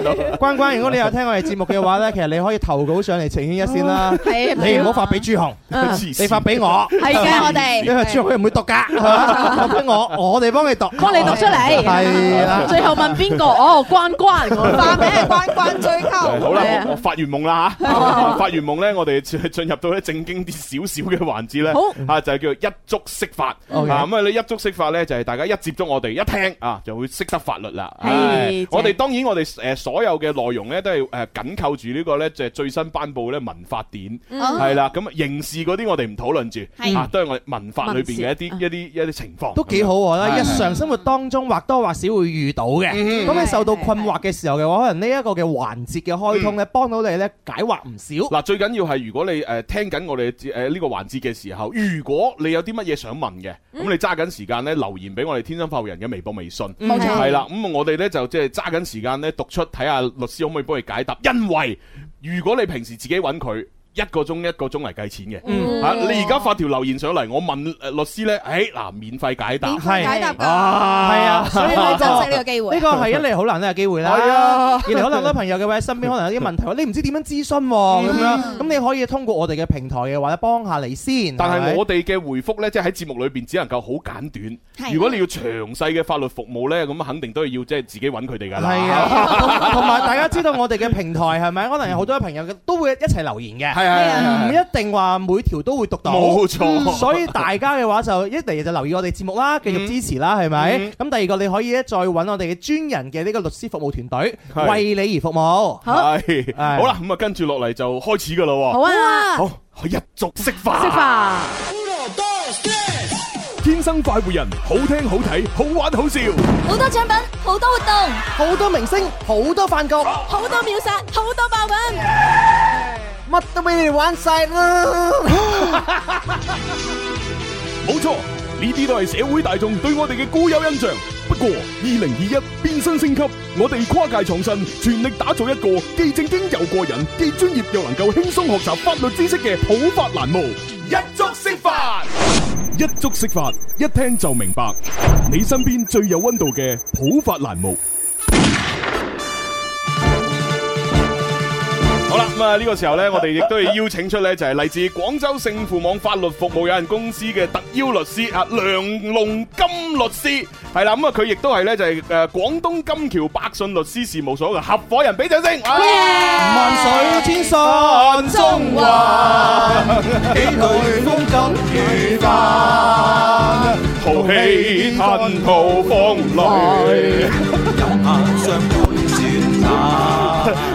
唔到。
關關，如果你有聽我哋節目嘅話咧，其實你可以投稿上嚟
Ờ.
呈現一線啦。
係
你唔好發俾朱紅
嗯，
你發俾我。
係嘅我哋
因為朱紅佢唔會讀㗎，係
Ờ.
嘛發俾我，我哋幫你讀，
幫你讀出嚟
係啦。
最後問邊個？哦，關關，化名係關關追溝
Ừ.
好啦，
啊
我我發完夢啦嚇， 發完夢咧，我哋進進入到咧正經啲少少嘅環節咧，
嗯
好
啊就係叫做一觸識法啊
OK
咁啊，你一觸識法咧就係大家一接觸我哋一聽啊，就會識得法律啦。
係
唉
正
我哋當然我哋誒所有嘅內容咧都係誒緊扣住呢個咧就係最新頒布咧民法典
嗯
係啦，咁啊刑事嗰啲我哋唔討論住
係
啊，都係我哋民法裏邊嘅一啲
民啊
一啲一啲情況。
都幾好
係
喎！日常生活當中或多或少會遇到嘅，
嗯
咁你受到困惑嘅時候嘅話，可能呢一個嘅環節嘅開通咧，幫到你咧解惑唔少。
嗱，最緊要係如果你誒聽緊我哋誒呢個環節嘅時候，如果你有啲乜嘢想問嘅，咁
嗯
你揸緊時間咧留言俾我哋天生發育人嘅微博、微信，
冇錯
係啦。咁我哋咧就即係揸緊時間咧讀出，睇下律師可唔可以幫佢解答。因為如果你平時自己揾佢。一個鐘一個鐘嚟計錢嘅，
嗯
啊！你而家發條留言上嚟，我問誒律師咧，誒嗱免費解答，
嗯
免費解答㗎
啊
係啊，呢個係一
嚟
嚟好難得有機會啦，
係啊
二嚟可能好多朋友嘅話，身邊可能有啲問題，你唔知點樣諮詢喎咁樣，咁你可以通過我哋嘅平台嘅話咧，幫下你先。
但
咪
係我哋嘅回覆呢，即係喺節目裏邊只能夠好簡短。
係
如果你要詳細嘅法律服務呢，咁肯定都係要即係自己揾佢哋㗎啦。
係啊，同同埋大家知道我哋嘅平台係咪？可能有好多朋友嘅都會一齊留言嘅，
係啊係係
唔一定話每條都會讀到，
冇錯
嗯所以大家嘅話就一嚟就留意我哋節目啦，繼續支持啦，係咪
嗯？
咁第二個你可以咧再揾我哋嘅專人嘅呢個律師服務團隊
係
為你而服務。
係好啦，咁啊跟住落嚟就開始㗎啦喎。
好啊
好一觸識法。
識法。
天生快活人，好聽好睇，好玩好笑。
好多獎品，好多活動，
好多明星，好多飯局，
好多秒殺，好多爆品。
乜都俾你哋玩晒啦！
冇錯，呢啲都係社會大眾對我哋嘅固有印象。不過，二零二一變身升級，我哋跨界創新，全力打造一個既正經又過人，既專業又能夠輕鬆學習法律知識嘅普法欄目。一觸識法。
一觸識法，一聽就明白。你身邊最有温度嘅普法欄目。
好啦，咁啊呢個時候呢，我哋亦都要邀請出呢，就係嚟自廣州勝富網法律服務有限公司嘅特邀律師啊梁龍金律師，係啦，咁啊佢亦都係呢，就係誒廣東金橋百信律師事務所嘅合伙人，俾掌聲！
萬水千山中華，幾句風咁愉快，
豪氣吞吐風來。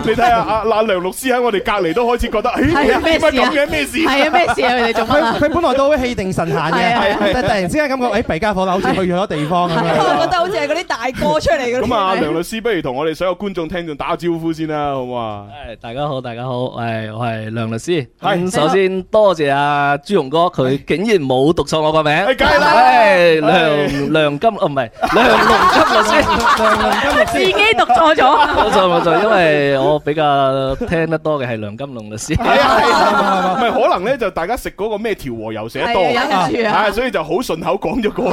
你睇下阿阿梁律師喺我哋隔離都開始覺得，誒
係啊咩
點
事
解
啊
咁嘅咩事？
à?
佢佢本來都好氣定神閒
係啊係
嘅
啊，
但係突然之間感覺，誒，弊家伙啦，好似去咗地方咁樣。
我覺得好似係嗰啲大哥出嚟嗰啲。
咁啊，梁律師不如同我哋所有觀眾聽眾打個招呼先啦，好唔好 啊？
誒，大家好，大家好，誒，我係梁律師。
係
咁首先多謝阿朱紅哥，佢竟然冇讀錯我個名。誒，
哎梗係
啦。誒，梁梁金，哦唔係梁龍金律師。
梁金律師自己讀錯咗
冇錯冇錯，因為我比較聽得多嘅係梁金 龍律師。
係啊係啊，唔係可能咧就大家食嗰個咩調和油寫多，
係啊忍唔住啊
所以就好順口講 咗過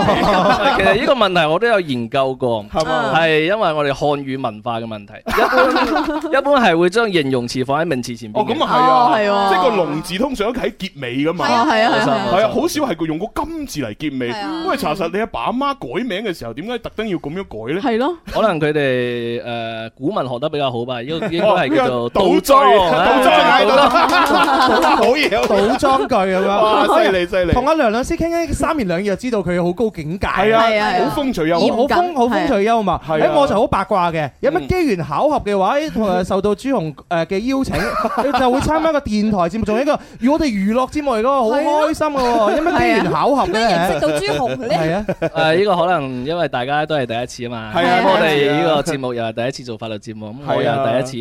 其實呢個問題我都有研究過，
嘛
係因為我哋漢語文化嘅問題， 一般一般係會將形容詞放喺名詞前邊
哦，
嘅。
咁啊係啊，即係個龍字通常都喺結尾噶嘛，
係啊係啊係啊
係啊，好少係個用個金字嚟結尾。喂，查實你阿爸阿媽改名嘅時候，點解特登要咁樣改咧？
係咯，
可能佢哋誒古文學得比較好吧，應應該
哦
係叫做
倒
倒
裝
裝，
倒裝
啊
係
倒 裝
好嘢，好
倒裝句咁樣。
哇犀利犀利
同阿梁老師傾一三言兩語就知道佢好高境界。
係啊係啊係啊好風趣幽默
好風好風趣幽默。
係啊
誒，我就好八卦嘅，有乜機緣巧合嘅話，誒受到朱紅誒嘅邀請， 就會參加一個電台節目，仲有一個與我哋娛樂節目嚟講，好開心嘅喎。有乜機緣巧合嘅咧？
點解認識到朱紅咧
係啊。
呃誒呢個可能因為大家都係第一次啊嘛，
係啊
咁我哋呢個節目又係第一次做法律節目，
係啊
咁我又係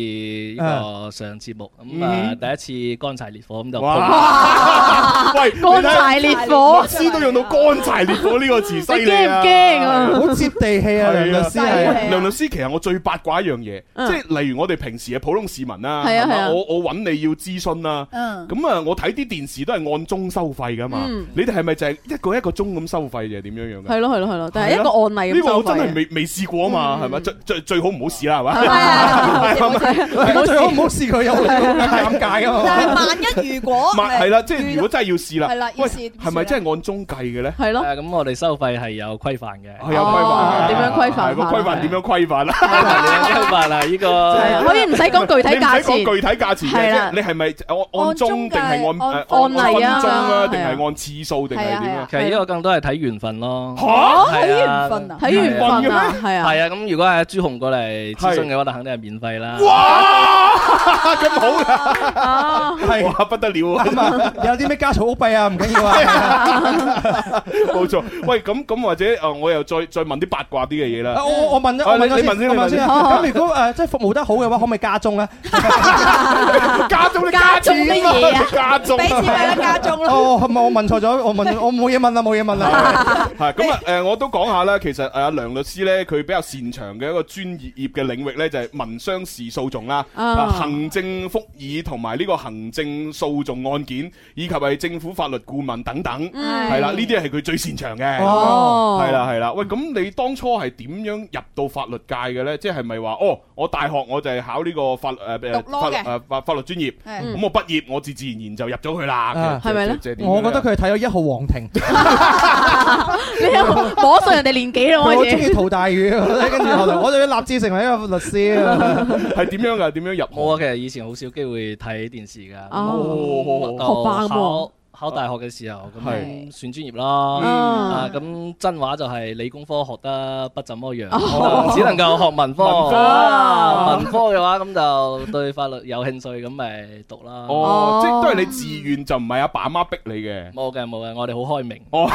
第一次呢個上節目，咁啊第一次乾柴烈火咁就
哇！ 喂，
乾柴烈火
律師都用到乾柴烈火呢個詞，犀利啊！
你驚唔驚啊好
接地氣啊梁律師係
係啊
係啊
梁律師其實我最八卦一樣嘢，
嗯
即係例如我哋平時嘅普通市民啦，
係啊
係嘛
係啊
我我揾你要諮詢啦，
嗯
咁啊我睇啲電視都係按鐘收費噶嘛
嗯，
你哋係咪就係一個一個鐘咁收費定係點樣樣嘅？
係咯係咯係咯，但係一個案例
呢
咁
個
收
我真係
費。
未未試過啊嘛，係咪？最最最好唔好試啦，係
係啊
咪？
係啊最好唔好試佢有尷尬啊嘛
但係萬一如果
唔係係啦，即係如果真係要試啦，
係啦要
喂
試啊
係咪真係按鐘計嘅咧？
係咯。
咁我哋收費係有規範嘅，
哦係有規範嘅點樣規範法係個規範點樣規範啦？啊
規範啊，呢個
可以唔使講具體價錢
你唔使講具體價錢
係
嘅
啦
啫，你係咪按按鐘定係按
按
誒
按例啊
按分鐘
係
啊，
啊
定係按次數定
à,
係點啊？
其實呢個更多係睇緣分咯。
嚇
係
睇緣分啊
睇緣分啊
係
係啊
係啊，咁如果係朱紅過嚟諮詢嘅話，就肯定係免費啦。
哇！ 咁好
啊！
係哇，不得了啊！
咁啊，有啲咩家嘈屋閉啊，唔緊要啊。
冇錯。喂，咁咁或者誒，我又再再問啲八卦啲嘅嘢啦。
啊我我問咗，
啊
我
你
問咗
你問先，
我
你
問
問
先
先。
啊。咁如果誒即係服務得好嘅話，可唔可以加鐘咧？
加鐘你加錢啊嘛你加鐘俾錢咪得加鐘咯
哦，係咪我問錯咗？我問我冇嘢問啦，啊冇嘢問啦。
係咁啊！誒，我都講下啦。其實誒，阿梁律師咧，佢比較擅長嘅一個專業業嘅領域咧，就係民商事訴訟啦、
啊
啊行政復議同埋呢個行政訴訟案件，以及係政府法律顧問等等，
嗯
係啦，呢啲係佢最擅長嘅。
哦
係啦係啦。喂，咁你當初係點樣入到法律界嘅咧？即係咪話哦，我大學我就係考呢個法誒誒
讀 law
法
嘅
誒法法律專業，
係
咁我畢業我自自然然就入咗去啦
啊。
其實即即係點樣
我覺
呢
得佢係睇咗一號皇庭，
你有冇摸上人哋年紀咯，
佢好
開
中
始
意。陶大宇，啊跟住後來我就要立志成為一個律師啊。
係點樣噶？點樣入？
我啊，其實以前好少機會睇電視㗎。
Ờ.
哦
咁
學霸咁喎
就考考大學嘅時候，咁
係
選專業啦。
嗯
Ờ.
啊，咁真話就係理工科學得不怎麼樣，
哦
只能夠學文科。
文科
啊文科嘅話，咁就對法律有興趣，咁咪讀啦。
哦，即係都係你自願，就唔係阿爸阿媽逼你嘅。
冇嘅冇嘅，我哋好開明。
哦，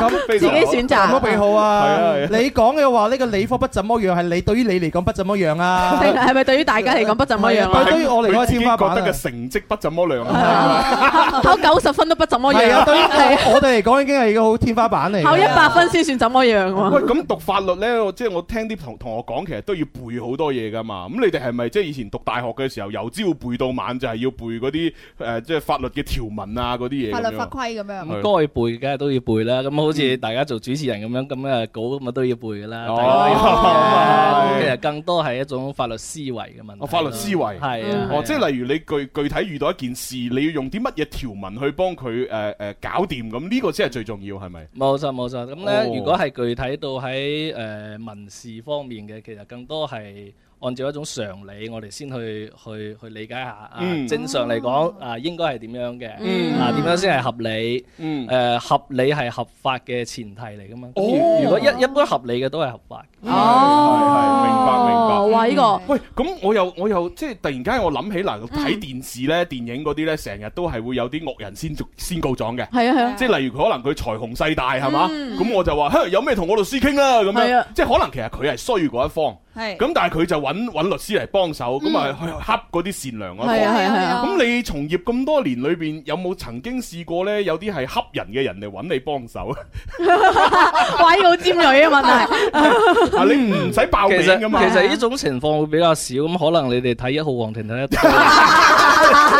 咁
非常好自己選擇
咁都幾好
係啊
啊
係啊！
你講嘅話，呢個理科不怎麼樣，係你對於你嚟講不怎麼 樣啊？
定係咪對於大家嚟講不怎麼樣
係啊對於我嚟講係
佢自己
天花板啊
覺得嘅成績不怎麼亮啊。
考九十分都不怎麼
係
樣
啊，對於。
係啊
我我哋嚟講已經係一個好天花板嚟㗎。
考一百分先算怎麼樣喎？
喂，咁讀法律呢，我即係我聽啲同同學講，其實都要背好多嘢噶嘛。咁你哋係咪即係以前讀大學嘅時候，由朝背到晚，就係要背嗰啲誒，即係法律嘅條文啊，嗰啲嘢咁樣。
法律法規咁樣。
係
該背梗係都要背啦，咁好似大家做主持人咁樣，咁啊稿咁啊都要背噶啦。大家都要
哦
背嘅其實更多啊係一啊種法律思維嘅問題。
哦，法律思維
係啊，
哦，即係例如你具具體遇到一件事，你要用啲乜嘢條文去幫佢誒誒搞掂，咁呢個先係最重要，係咪？
冇錯冇錯，咁咧
哦
如果係具體到喺誒、呃民事方面嘅，其實更多係按照一種常理，我哋先去去去理解下啊。
嗯
正常嚟講啊，應該係點樣嘅？
嗯
啊，點樣先係合理？
嗯
呃合理係合法嘅前提嚟噶嘛。咁如、
哦
如果一一般合理嘅都係合法。
哦，
哇呢個
喂，咁我又我又即係突然間我諗起
嗯
嗱，睇電視咧、電影嗰啲咧，成日都係會有啲惡人先告 先告狀嘅。
係啊係啊
即係例如佢可能佢財雄勢大係嘛，
嗯
咁我就話，嘿，有咩同我律師傾啦咁
係
樣
啊，
即係可能其實佢係衰嗰一方。
係
咁但係佢就揾揾律師嚟幫手，咁啊
嗯
去恰嗰啲善良嗰一
係啊係啊係
方。
啊
咁你從業咁多年裏邊，有冇曾經試過咧？有啲係恰人嘅人嚟揾你幫手 啊？
哇呢個好尖鋭嘅問題。
啊你唔使爆
其
名
實
㗎嘛
其實呢種情況會比較少，咁可能你哋睇一號皇庭睇得多。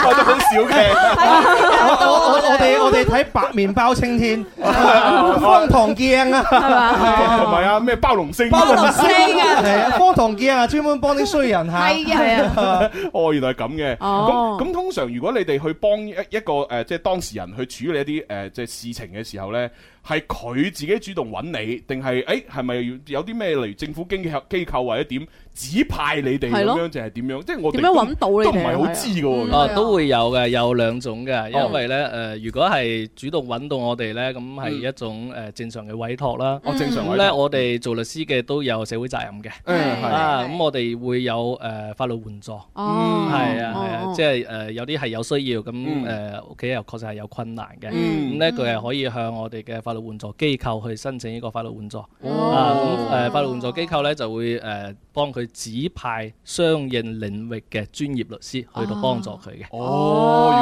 我都好少
我我我哋我哋睇白面包青天，方唐鏡啊，
係嘛同埋啊咩包龍星
包龍
包
星
龍星啊
係啊，方唐鏡啊，專門幫啲衰人嚇，
係啊係啊，哦，原來係咁嘅。
哦
咁咁通常如果你哋去幫一一個誒，即係當事人去處理一啲誒，即係事情嘅時候咧，係佢自己主動揾你，定係誒係咪有啲咩例如政府經濟機構或者點指派你哋咁
係咯
樣，定係點樣？即係我哋
點樣揾到
都
你哋
都唔係好知嘅
嗯
喎。
啊，都會有嘅，有兩種嘅，
哦
因為咧誒、呃如果係主動揾到我哋咧，咁係一種誒、呃正常嘅委託啦。
哦正常委託
咁咧，我哋做律師嘅都有社會責任嘅。
嗯係
啊，咁我哋會有誒、呃法律援助。
哦
係啊係
哦
啊，即係誒有啲係有需要，咁誒屋企又確實係有困難嘅。咁咧佢係可以向我哋嘅法律援助機構去申請呢個法律援助。啊
哦
咁呃誒法律援助機構咧就會誒幫佢指派相應領域嘅專業律師去到幫助佢嘅。
哦，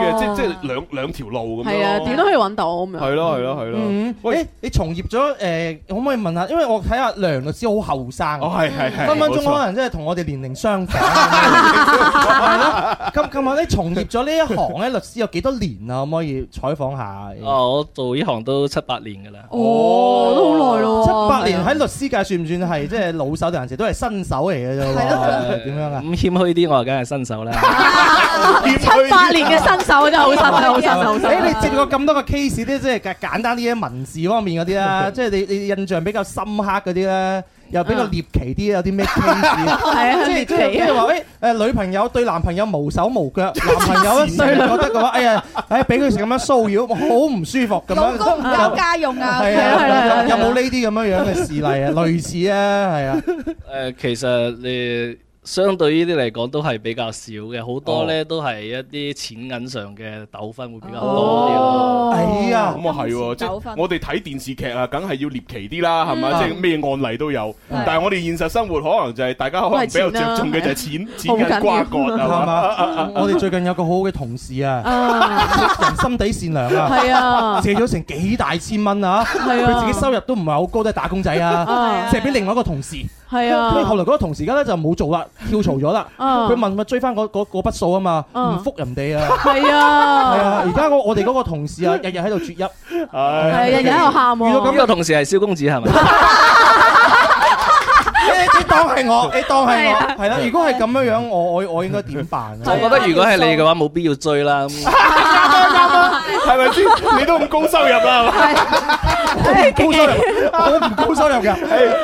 原來係咁嘅，即即係兩兩條路咁樣。
係啊，點都可以揾到咁樣。
係咯係咯係咯。
嗯，誒，你從業咗誒，可唔可以問下？因為我睇下梁律師好後生，
哦係係係
分分鐘
冇錯
可能真係同我哋年齡 相仿。 係咯，咁咁啊，你從業咗呢一行咧，律師有幾多年啊？可唔可以採訪下？
哦，我做呢行都七八年㗎啦。
哦，
都好耐咯
七八
係
年
啊
喺律師界算唔算係即係老手定還是都係新手嚟嘅啫喎？
誒
點樣啊？
呃咁謙虛啲，我梗係新手啦。
七八年嘅新手真係好新手好新手好新手
誒，你接過咁多個 case 咧，即係簡簡單啲嘅民事方面 嗰啲啦，即係你你印象比較深刻嗰啲咧，又比較獵奇啲，有 啲咩 case？
係啊
即係即
獵
係
奇
即
啊
係話誒誒，女朋友對男朋友無手無腳，男朋友
黐
一
線
雖然覺得嘅話，哎呀，誒俾佢成咁樣騷擾，我好唔舒服咁
老
樣。
公唔夠家用啊！
係
咁樣
啊，有有冇呢啲咁樣樣嘅事例啊？類似啊， 係啊。
誒、呃其實你相對呢啲嚟講都係比較少嘅，好多咧、都係一啲錢銀上嘅糾紛會比較多啲咯。
哎呀
咁啊係喎，即
糾
係
紛
我哋睇電視劇啊，梗係要獵奇啲啦，係
嗯
嘛？即係咩案例都有，
係
但係我哋現實生活可能就係大家可能比較着重嘅就係錢錢
好緊要
嘅瓜葛係
係
嘛
嘛？？我哋最近有個好好嘅同事 啊
啊，
人心地善良啊，
係啊
借咗成幾大千蚊啊，
係啊
佢自己收入都唔係好高，都係打工仔啊
啊，
借俾另外一個同事。
係啊
咁後來嗰個同事而家咧就冇做啦，跳槽咗啦。
啊
佢問我追翻嗰嗰嗰筆數啊嘛，
啊
唔復人哋啊。
係啊
係啊！而家我我哋嗰個同事啊，日日喺度啜泣，
係
日日啊喺度喊喎
遇到咁嘅同事係蕭公子係咪？
你你當係我，你當係
係
我，
啊
係啦。如果係咁樣樣，我我我應該點辦啊？
我覺得如果係你嘅話，冇必要追啦。
係咪先？你都咁高收入 啦，係嘛？
高收入，我唔高收入㗎，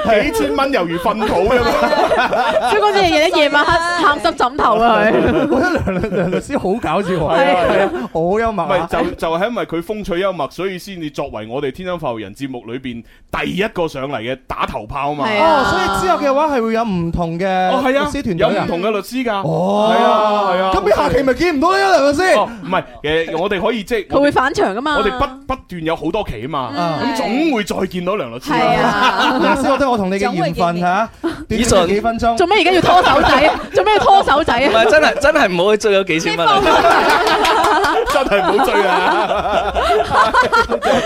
係幾千蚊猶如糞土啊咁 樣。
朱公子日日夜晚黑喊濕枕頭啊佢。
我覺得梁梁律師好搞笑喎，
係啊
係啊，好幽默
唔係
啊。
就就係因為佢風趣幽默，所以先至作為我哋天生發育人節目裏邊第一個上嚟嘅打頭炮嘛。
哦，所以之後嘅話係會有唔同嘅
啊哦，係
律
啊
師團，
有
隊
唔
啊。
同嘅律師㗎，
哦
係啊，係啊。
咁你下期咪見唔到你啦，梁律師？
哦，唔係誒，我哋可以即係
佢會反場㗎嘛
我哋不不斷有好多期啊嘛，
嗯
咁總會再見到梁律師。
係啊
梁律師，我覺得我同你嘅緣分嚇，短短幾分鐘。
做咩而家要拖手仔？做咩要拖手仔
唔
啊？
啊
係真係真係唔好去追咗幾千蚊啊。
真係唔好追啊 啦！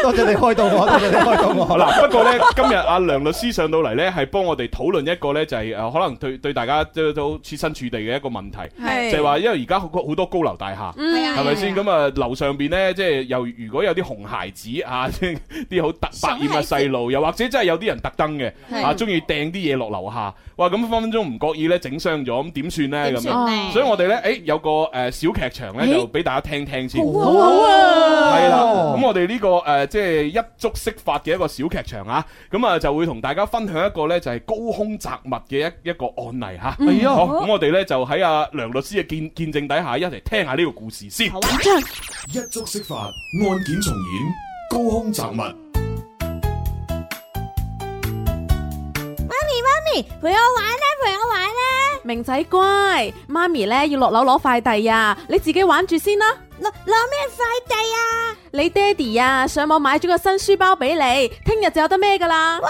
多謝你開導我，多謝你開導我。
嗱，不過咧，今日阿梁律師上到嚟咧，係幫我哋討論一個咧，就係呃誒可能對對大家都都設身處地嘅一個問題，
係
就係話因為而家好好多高樓大廈，
嗯係啊
係咪
係
先？
啊
咁啊樓上邊咧，即係又如果有啲紅孩子啊， 即係啲好特百厭嘅細路，又或者真係有啲人特登嘅
哦係
啊，中意掟啲嘢落樓下，哇！咁分分鐘唔覺意咧整傷咗，咁點算咧？咁
點
啊
算
樣，
呢
所以我哋咧，誒有個誒小劇場咧，
咦
就俾大家聽聽先。
好啊好啊
係啦，
哦
咁我哋呢個誒即係一觸識法嘅一個小劇場啊，咁啊就會同大家分享一個咧就係高空擲物嘅一一個案例嚇。
嗯
啊
哎呀
好，咁我哋咧就喺阿梁律師嘅見見證底下，一齊聽下呢個故事先。
一觸識法，案件重演，高空擲物。
咪，陪我玩啦，陪我玩啦。
明仔乖，媽咪咧要落樓攞快遞啊，你自己玩住先啦。攞攞咩快遞啊？你爹哋啊，上網買咗個新書包俾你，聽日就有得咩噶啦。哇，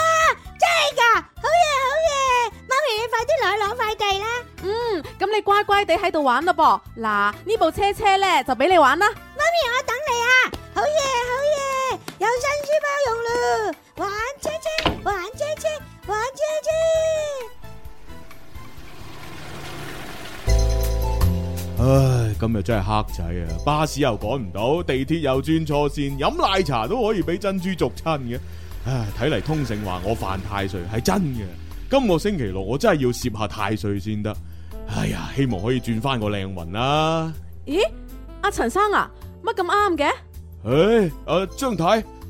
真係噶，好嘢好嘢！媽咪你快啲攞攞快遞啦。嗯，咁你乖乖地喺度玩咯噃。嗱，呢部車車咧就俾你玩啦。
媽咪，我等你啊！好嘢，好嘢，有新書包用啦！玩車車，玩車車，玩車車。
唉，今日真係黑仔啊！巴士又趕唔到，地鐵又轉錯線，飲奶茶都可以俾珍珠逐親嘅。唉，睇嚟通勝話我犯太歲係真嘅。今個星期六我真係要攝下太歲先得。哎呀，希望可以轉翻個靚運啦。
咦，阿陳生啊，乜咁啱嘅？
唉，阿、張太，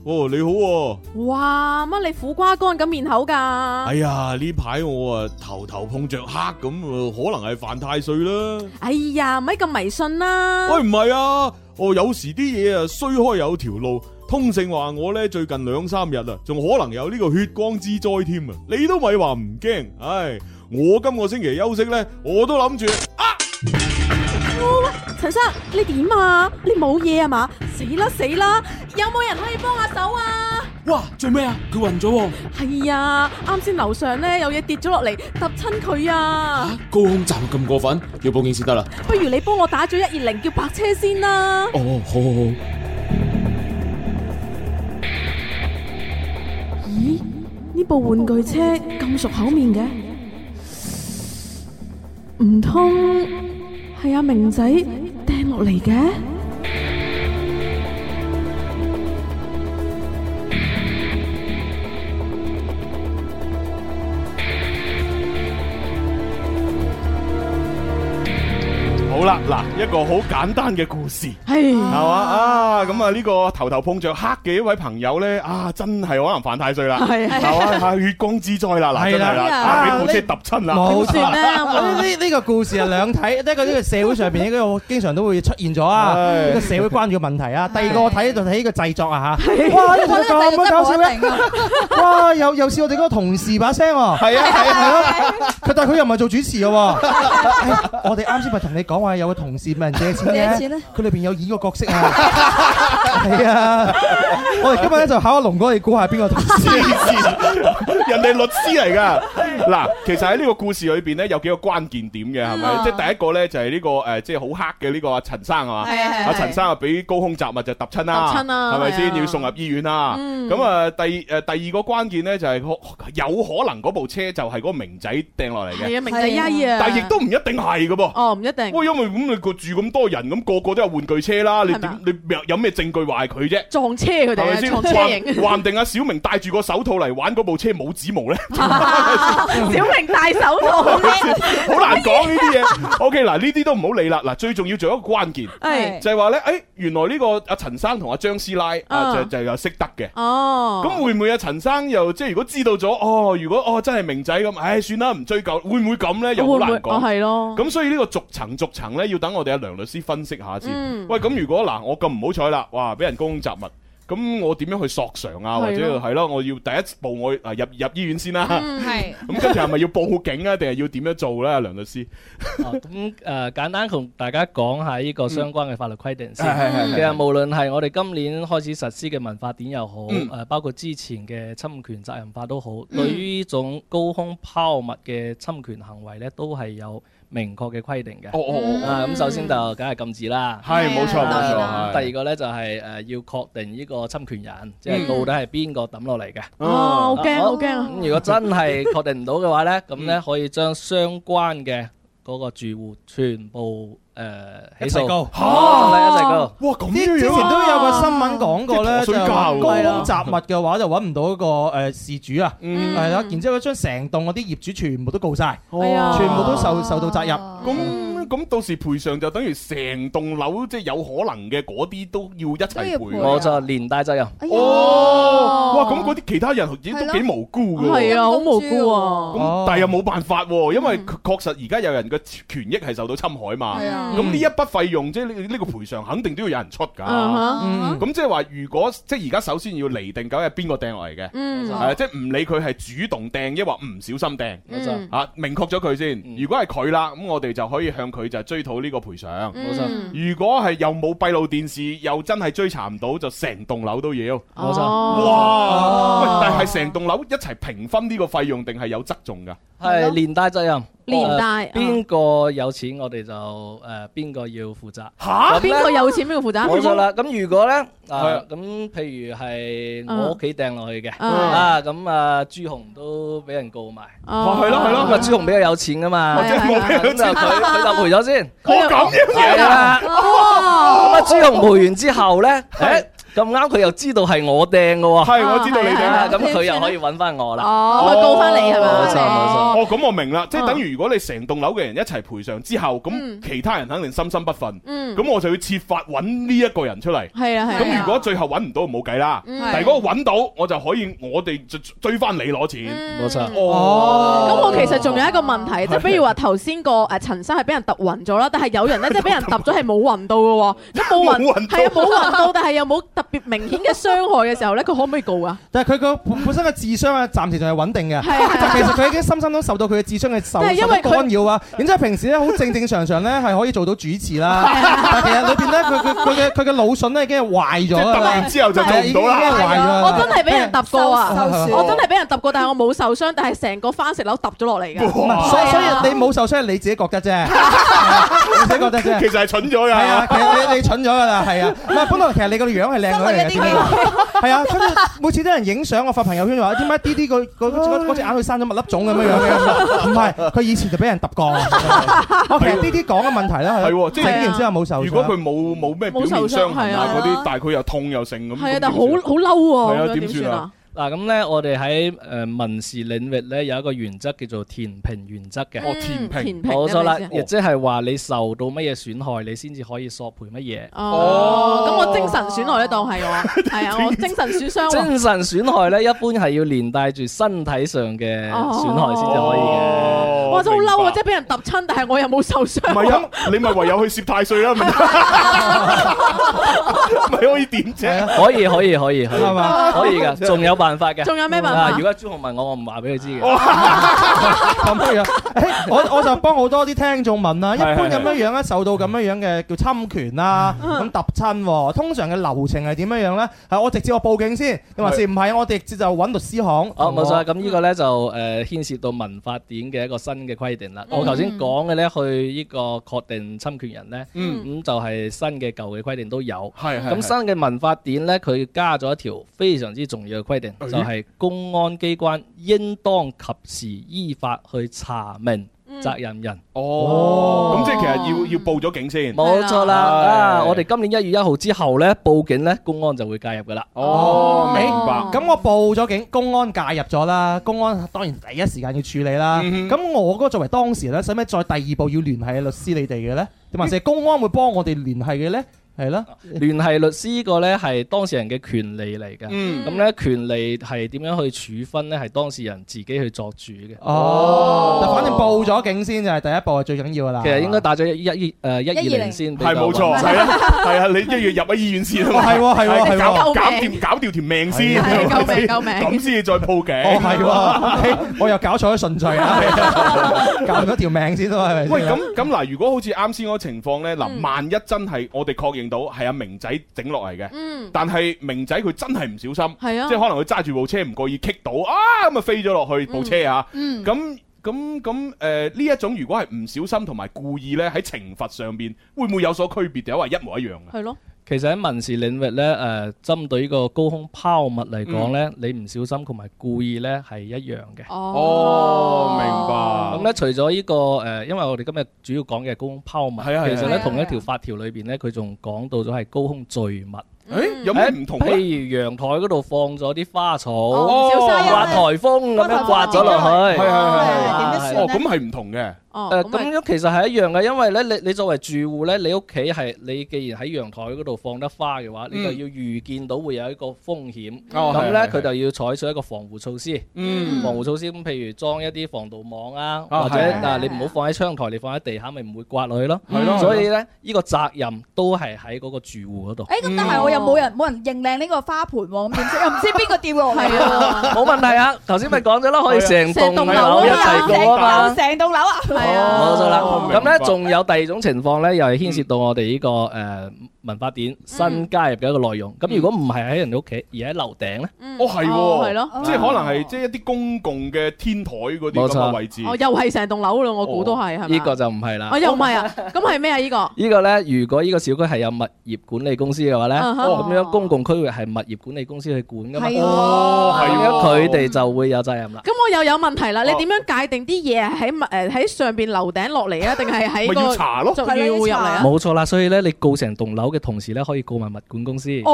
哦你好、喎。
啊哇，乜你苦瓜乾咁面口噶？
哎呀，呢排我啊頭頭碰着黑咁，呃可能係犯太歲啦。
哎呀，咪咁迷信啦。
喂，唔係啊，我有時啲嘢啊衰開有條路。通勝話我呢最近兩三日啊，仲可能有呢個血光之災添啊！你都咪話唔驚，唉，我今個星期休息呢，我都諗住啊，
喂喂陳生，你點啊？你冇嘢啊嘛？死啦死啦！有冇人可以幫下手啊？
哇，做咩啊？佢暈咗喎，
係啊，啱先樓上咧有嘢跌咗落嚟，揼親佢啊！
高空站咁過分，要報警先得啦。
不如你幫我打咗一二零叫白車先啦。
哦，好好好。
咦？呢部玩具車咁熟口面嘅，唔通係阿明仔掟落嚟嘅？
好啦，嗱，一個好簡單嘅故事，
係
嘛啊，咁啊呢個頭頭碰着黑嘅一位朋友呢，啊，真係可能犯太歲 啦，
係係
嘛啊，血光之災啦，嗱，真係啦，
係啦
啊俾部車揼親啦，
冇錯啦
啦
呢呢呢個故事啊，兩睇，一個呢個社會上邊呢個經常都會出現咗啊，
係
呢個社會關注嘅問題啊。第二個我睇就睇呢個製作啊嚇，
係哇
哇！呢個
呢個製
咁
作
鬼
真係
搞笑
冇得
嘅，哇！又又似我哋嗰個同事把聲喎，係
啊 係
啊 係咯，佢但係佢又唔係做主持嘅喎。 哎我哋啱先咪同你講話有個同事問人借
借
錢
錢啊
咧
咧，
佢裏邊有演個角色啊，係啊！我哋今日咧就考下龍哥，你估下邊個同事？
人哋律師嚟噶。嗱，其實喺呢個故事裏邊咧，有幾個關鍵點嘅，係咪？
嗯
即係第一個咧，就係呢個誒，即係好黑嘅呢個阿陳生係嘛？
係係係
阿陳生啊，俾高空擲物就揼親啦，
揼親啦
係咪
係
先？
啊
要送入醫院啦。
嗯
咁啊，第誒第二個關鍵咧，就係可有可能嗰部車就係嗰個明仔掟落嚟嘅。
係啊明仔一啊
但係亦都唔一定係嘅噃。
哦，唔一定。
喂，因為咁你個住咁多人，咁個個都有玩具車啦，你
係咪
點
啊
你有咩證據話係佢啫？
撞車佢哋
係
啊
咪先？
撞 車型
話話唔定阿小明戴住個手套嚟玩嗰部車冇指毛 咧，
小明戴手套
好難講呢啲嘢。OK，嗱呢啲都唔好理啦。嗱，最重要仲有一個關鍵
係，
就係話咧，誒原來呢個阿陳生同阿張師奶啊
啊
就就又識得嘅。
哦，
咁會唔會阿陳生又即係如果知道咗哦？如果哦真係明仔咁，唉算啦，唔追究，會唔會咁呢？又好難
會唔會哦
講。
係咯
咁所以呢個逐層逐層呢，要等我哋阿梁律師分析下先
嗯。
喂，咁如果嗱，我咁唔好彩啦，哇，俾人公雜物。咁我點樣去索償
係咯
啊？或者係咯，我要第一步我啊入入醫院先啦。
嗯係
咁跟住係咪要報警啊？定係要點樣做咧？梁律師，
啊咁誒簡單同大家講下呢個相關嘅法律規定先。
嗯係係係
其實無論係我哋今年開始實施嘅民法典又好，
嗯
誒包括之前嘅侵權責任法都好，
嗯
對於呢種高空拋物嘅侵權行為咧，都係有明確嘅規定嘅。
哦哦哦
啊咁首先就梗係禁止啦，
係冇錯冇錯
啊
係
第二個咧就係誒呃要確定呢個侵權人，即係
嗯
到底係邊個抌落嚟嘅。
哦好驚
啊
好驚啊
咁如果真係確定唔到嘅話 咧，咁咧可以將相關嘅嗰個住戶全部誒起
一齊
訴，
告
嚇一齊告。
哇咁
之前都有個新聞講過咧，
即
就
係
話
陀
高
水
空
教
雜物嘅話就揾唔到一個誒事主啊，係啦，然之後將成棟嗰啲業主全部都告晒，
哦
係
à.
啊
全部都受受到責任。
哦
咁咁到時賠償就等於成棟樓即係有可能嘅嗰啲都要一齊賠，
我就連帶責任。
哦，哇！咁嗰啲其他人亦
係
都
咯
幾無辜㗎喎。
係啊，好無辜啊！
咁但係又冇辦法喎，因為確確實而家有人嘅權益係受到侵害嘛。
嗯係啊
咁呢一筆費用，即係呢呢個賠償，肯定都要有人出㗎。
嗯哼嗯
咁即係話，如果即係而家首先要釐定究竟係邊個掟落嚟嘅，
嗯
係啊即係唔理佢係主動掟，抑或唔小心掟
冇錯，
啊明確咗佢先。如果係佢啦，咁我哋就可以向佢就追討呢個賠償。
冇
Ừ.
錯嗯
如果係又冇閉路電視，又真係追查唔到，就成棟樓都要。
冇錯
哦 Ờ.
哇！喂，但係成棟樓一齊平分呢個費用，定係有側重㗎？
係連帶責任，
連帶
呃邊個有錢我哋就誒邊個要負責。
Ờ,
嚇邊個有錢邊個負責
冇錯啦。咁如果咧
係
啊，咁譬如係
嗯
我屋企掟落去嘅
嗯
啊，咁啊朱紅都俾人告埋。
哦哇係咯係咯
咁啊朱紅比較有錢 噶嘛，
係啊係啊係啊
咁就佢佢就賠咗先。
我咁樣
係
啊
啦。咁啊朱紅賠完之 後咧，誒咁啱佢又知道係我掟嘅喎。
係我知道你掟
啊咁佢又可以揾翻我啦。
哦咪告返你係咪啊
冇錯冇錯。
哦，咁我明啦，即係等於如果你成棟樓嘅人一齊賠償之後，
嗯
咁其他人肯定心心不忿，
嗯
咁我就要設法揾呢一個人出嚟。
係啊係啊
咁如果最後揾唔到，冇計啦。
嗯
但係如果揾到，我就可以我哋追追翻你攞錢。
冇錯
哦，
嗯咁我其實仲有一個問題，即係比如話頭先個誒陳生係俾人揼暈咗啦，但係有人咧即係俾人揼咗係冇暈到嘅喎，咁冇
冇
暈
暈到
係啊冇暈到，但係又冇特別明顯嘅傷害嘅時候咧，佢可唔可以告啊？
但係佢個本本身嘅智商啊，暫時仲係穩定嘅。
係啊
但其實佢已經深深咁受到佢嘅智商嘅受
但係因
受
為
到
佢
干擾啊。然之後平時咧好正正常常咧係可以做到主持啦，但係其實裏邊咧佢佢佢嘅佢嘅腦筍咧已經係壞咗啦。
即係揼完之後就做唔到啦
係啊已經係壞咗啦。
我真係俾人揼過 啊！
受受損
我真係俾人揼過，但係我冇受傷，但係成個番石榴揼咗落嚟嘅。
唔係所以所以你冇受傷係你自己覺得啫，你自己覺得啫。
其實係蠢咗㗎。
係啊，其實你你蠢咗㗎啦，係啊。唔係，本來其實你個樣係靚女嚟嘅
心裏一啲
真係，係啊。跟住每次啲人影相，我發朋友圈 話點解 D D 個個嗰嗰隻眼佢生咗物粒腫咁樣 樣嘅？唔係，佢以前就俾人揼過。我其實 D D 講嘅問題咧，
係喎，即
整完之後冇受傷。
如果佢冇冇咩表面
冇受傷
傷痕啊
係啊
嗰啲，但係佢又痛又剩咁。
係啊，但係
咁點
好好嬲
係
喎，
啊
咁樣點算啊？
嗱咁咧，我哋喺誒民事領域咧有一個原則叫做填平原則嘅。
哦填平嗯填平
冇錯啦
咩意，思啊
亦即係話你受到乜嘢損害，你先至可以索賠乜嘢。
哦，咁我精神損害咧，當係我係啊，我精神損傷喎。
精神損害咧，一般係要連帶住身體上嘅
哦
損害先至可以嘅。
哇！真係好嬲啊！即係俾人揼親，但係我又冇受傷。
哦唔係啊，你咪唯有去攝太歲啦，咪咪可以點
啊
啫？
可以可以可以可以
係嘛
可以噶，仲有辦法嘅。
仲有咩辦法哦
啊如果朱紅問我，我唔話俾佢知嘅。
咁樣樣，誒我我就幫好多啲聽眾問啦。一般咁樣樣咧，受到咁樣樣嘅叫侵權啦，
嗯
咁揼親喎。通常嘅流程係點樣樣咧？係我直接我報警先，定還是唔係？我直接就揾律師行。
哦，冇錯，咁呢個呢就誒牽涉到民法典嘅一個新嘅規定啦。
嗯
我頭先講嘅呢，去呢個確定侵權人呢，
嗯
咁就係新嘅舊嘅規定都有。
係係
咁新嘅民法典呢，佢加咗一條非常之重要嘅規定，
咦
就係公安機關應當及時依法去查明
嗯
責任人。
哦，咁即係其實要要報咗警
哦
先。
冇錯啦，
嗯係
啊！我哋今年一月一號之後呢，報警呢，公安就會介入噶啦。
哦
明白。咁我報咗警，公安介入咗啦，公安當然第一時間要處理啦。咁我嗰個作為當事人咧，使唔使再第二步要聯繫律師你哋嘅咧？定還是公安會幫我哋聯繫嘅咧？係啦，
聯繫律師呢個呢係當事人嘅權利嚟嘅，
嗯
Ừ.
咁呢權利係點樣去處分呢？係當事人自己去作主嘅。
哦，嗱反正報咗警先就係第一步係最緊要噶啦。
其實應該打咗一一誒一二零先比較
係冇錯，
穩陣
係啊，係啊，你一要入咗醫院先啊嘛，
係喎係喎係喎
搞
救
搞
命
掂搞掂條命先，
Dạ,
係
係咪先
救命救
咁先至再報警。
哦，係喎，嘿我又搞錯咗順序啊，搞咗條命先咯，係啊嗯咪先？
喂，咁咁嗱，如果好似啱先嗰個情況呢，嗱，萬一真係我哋確認到係阿明仔整落嚟嘅，
嗯
但係明仔佢真係唔小心，
係啊
即係可能佢揸住部車唔覺意棘到啊，咁啊飛咗落去部車啊，
嗯嗯
咁咁咁誒呢一種如果係唔小心同埋故意咧，喺懲罰上邊會唔會有所區別？定係話一模一樣嘅？
係咯。
其實喺民事領域咧，誒、針對呢個高空拋物嚟講咧，你唔小心同埋故意咧係一樣嘅。
哦，
咁咧，除咗呢個誒，因為我哋今日主要講嘅係高空拋物，
係啊係啊
其實
係
咧
啊
同一條法條裏邊咧，佢仲講到咗係高空 墜物。
誒有咩唔同咧
誒譬如陽台嗰度放咗啲花草，
哦小沙丘
刮颱風咁樣刮咗落
係
去，
係係
啊
係。哦，咁係唔同嘅。
誒
Ờ,
哦呃咁樣其實係一樣嘅，因為咧你你作為住戶咧，你屋企係你既然喺陽台嗰度放得花嘅話，你
嗯
就要預見到會有一個風險，
哦
咁咧
係係係
佢就要採取一個防護措施。
嗯
防護措施咁譬如裝一啲防盜網啊，
啊
或者
係係
啊你唔好放喺窗台，你放喺地下咪唔會刮落去咯。
係咯
所以咧呢個責任都係喺嗰個住戶嗰度。
誒咁，但係我又冇人冇人認靚呢個花盆喎，咁點知又唔知邊個掉落嚟
係啊 冇問題啊！頭先咪講咗咯，可以成棟樓啊一齊過啊嘛
成。棟樓啊，
Ờ.
係
Ờ,
冇錯啦。咁
明白
咧，仲有第二種情況咧，又
Ừ。
係牽涉到我哋呢個誒文法典新加入嘅一個內容。咁如果唔係喺人哋屋企，而喺樓頂咧，
Ừ.
哦，係
哦係咯
喎，即係可能係即係一啲公共嘅天台嗰啲
冇
咁嘅
錯
位置。
哦，又係成棟樓咯，我估都係係咪？
呢個就唔係啦
我。又唔係啊，咁係咩啊？呢個
呢個呢，如果呢個小區係有物業管理公司嘅話呢，
啊哈
咁樣公共區域係物業管理公司去管噶嘛，
係啊哦
咁
係
樣
喎
佢哋就會有責任啦。
咁我又有問題啦，你點樣界定啲嘢係喺物誒喺上邊樓頂落嚟啊，定係喺個仲要入嚟啊？
冇錯啦，所以咧，你告成棟樓嘅同時咧，可以告埋物管公司。
哇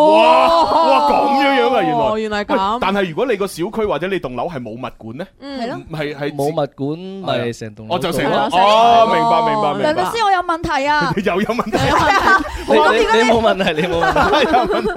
哇咁樣樣啊，原來
哦原來咁
喂但係如果你個小區或者你棟樓係冇物管咧，
嗯係咯
係係
冇物管咪成棟樓
我就成啦
告啦
哦，明白明白明白。
梁律師，我有問題啊！
又有問題，
你你你冇問題，你冇問 題。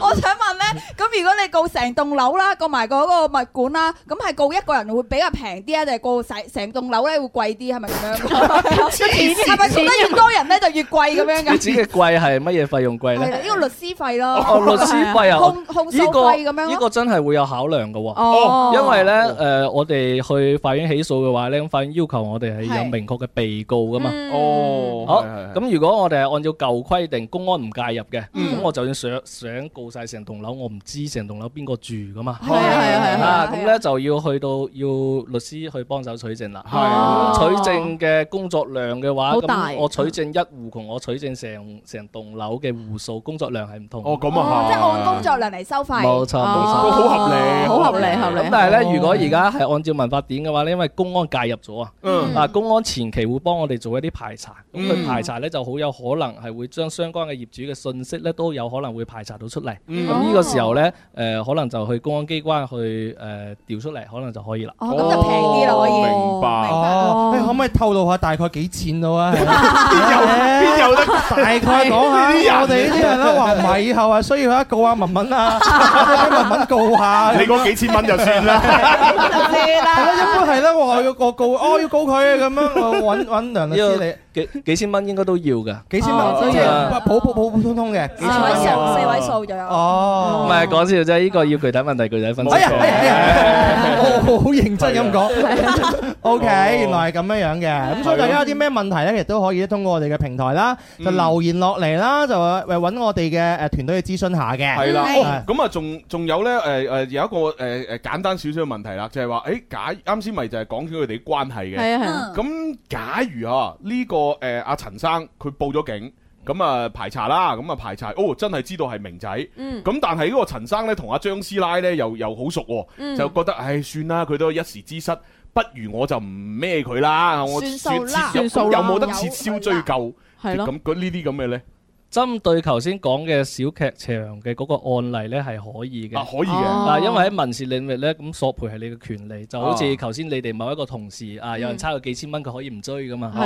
我想問咧，咁如果你告成棟樓啦，告埋嗰個物管啦，咁係告一個人會比較平啲啊，定係告成成棟樓咧會貴啲？係咪咁樣？係咪告得越多人咧就越貴咁樣
你指
㗎？
嘅貴係乜嘢費用貴
係啦，
咧？
呢個律師費咯，
哦，律師費啊，
控控訴
呢個
費咁樣
呢
咯。
個真係會有考量嘅
哦
喎，因為咧誒，我哋去法院起訴嘅話咧，咁法院要求我哋係有
係
明確嘅被告噶嘛。
嗯 Ừ.
哦
好
係係，
咁如果我哋係按照舊規定，公安唔介入嘅，
嗯
咁我就算想想告晒成棟樓，我唔知成棟樓邊個住噶嘛。係啊係啊係啊，咁咧就要去到要律師去幫手取證啦。
哦
咁取證嘅工作量嘅話，
好大
咁我取證一户同我取證成成棟樓嘅户數工作量係唔同。
哦咁啊
即係按工作量嚟收費，
冇錯，冇錯，
哦
Ờ,
好合理合理
咁但係咧，如果而家係按照民法典嘅話咧，因為公安介入咗啊，
嗯
啊公安前期會幫我哋做一啲排查，咁
嗯
佢排查咧就好有可能係會將相關嘅業主嘅信息咧都有可能會排查到出嚟。
嗯
咁呢個時候咧，誒可能就去公安機關去誒調出嚟，可能就可以啦。
哦咁就平啲啦可以明白
哦，你可唔可以透露下大概幾錢到啊？
邊有得
大概講下，我哋呢啲人咧話唔係，以後啊需要一告下文文啊，俾文文告下。
你嗰幾千蚊就算 啦。
係啦，一般係啦，我要我告，我要告佢咁樣，我揾揾梁律師你。
幾幾千蚊應該都要㗎，
幾千蚊即係普普普普通通嘅，幾
四
千蚊
位
嘅
數，四位數就有。
哦
唔係講笑啫，呢個要具體問題具體分析。
我好認真咁 講。O K，原來係咁樣樣嘅。咁所以大家有啲咩問題咧，亦都可以通過我哋嘅平台啦，就留言落嚟啦，就誒揾我哋嘅誒團隊去諮詢下嘅。
係啦，
係
哦咁啊，仲仲有咧，誒誒有一個誒誒簡單少少嘅問題啦，就係話，誒假啱先咪就係講咗佢哋啲關係嘅，
係啊係啊
咁假如啊呢個誒阿陳生佢報咗警。咁啊排查啦，咁啊排查，哦真係知道係明仔，咁、
嗯
但係呢個陳生呢，同阿張師奶呢又又好熟喎，
嗯
就覺得唉算啦，佢都一時之失，不如我就唔孭佢啦，我
算數
撤
啦
撤
算數
有
啦
冇得撤銷追究？
係咯
咁嗰呢啲咁嘅呢？
針對頭先講嘅小劇場嘅嗰個案例呢，係可以嘅，
啊可以嘅哦
啊，因為喺民事領域呢，咁索賠係你嘅權利，就好
哦嗯
似頭先你哋某一個同事啊，有人差佢幾千蚊，佢可以唔追噶嘛。
啊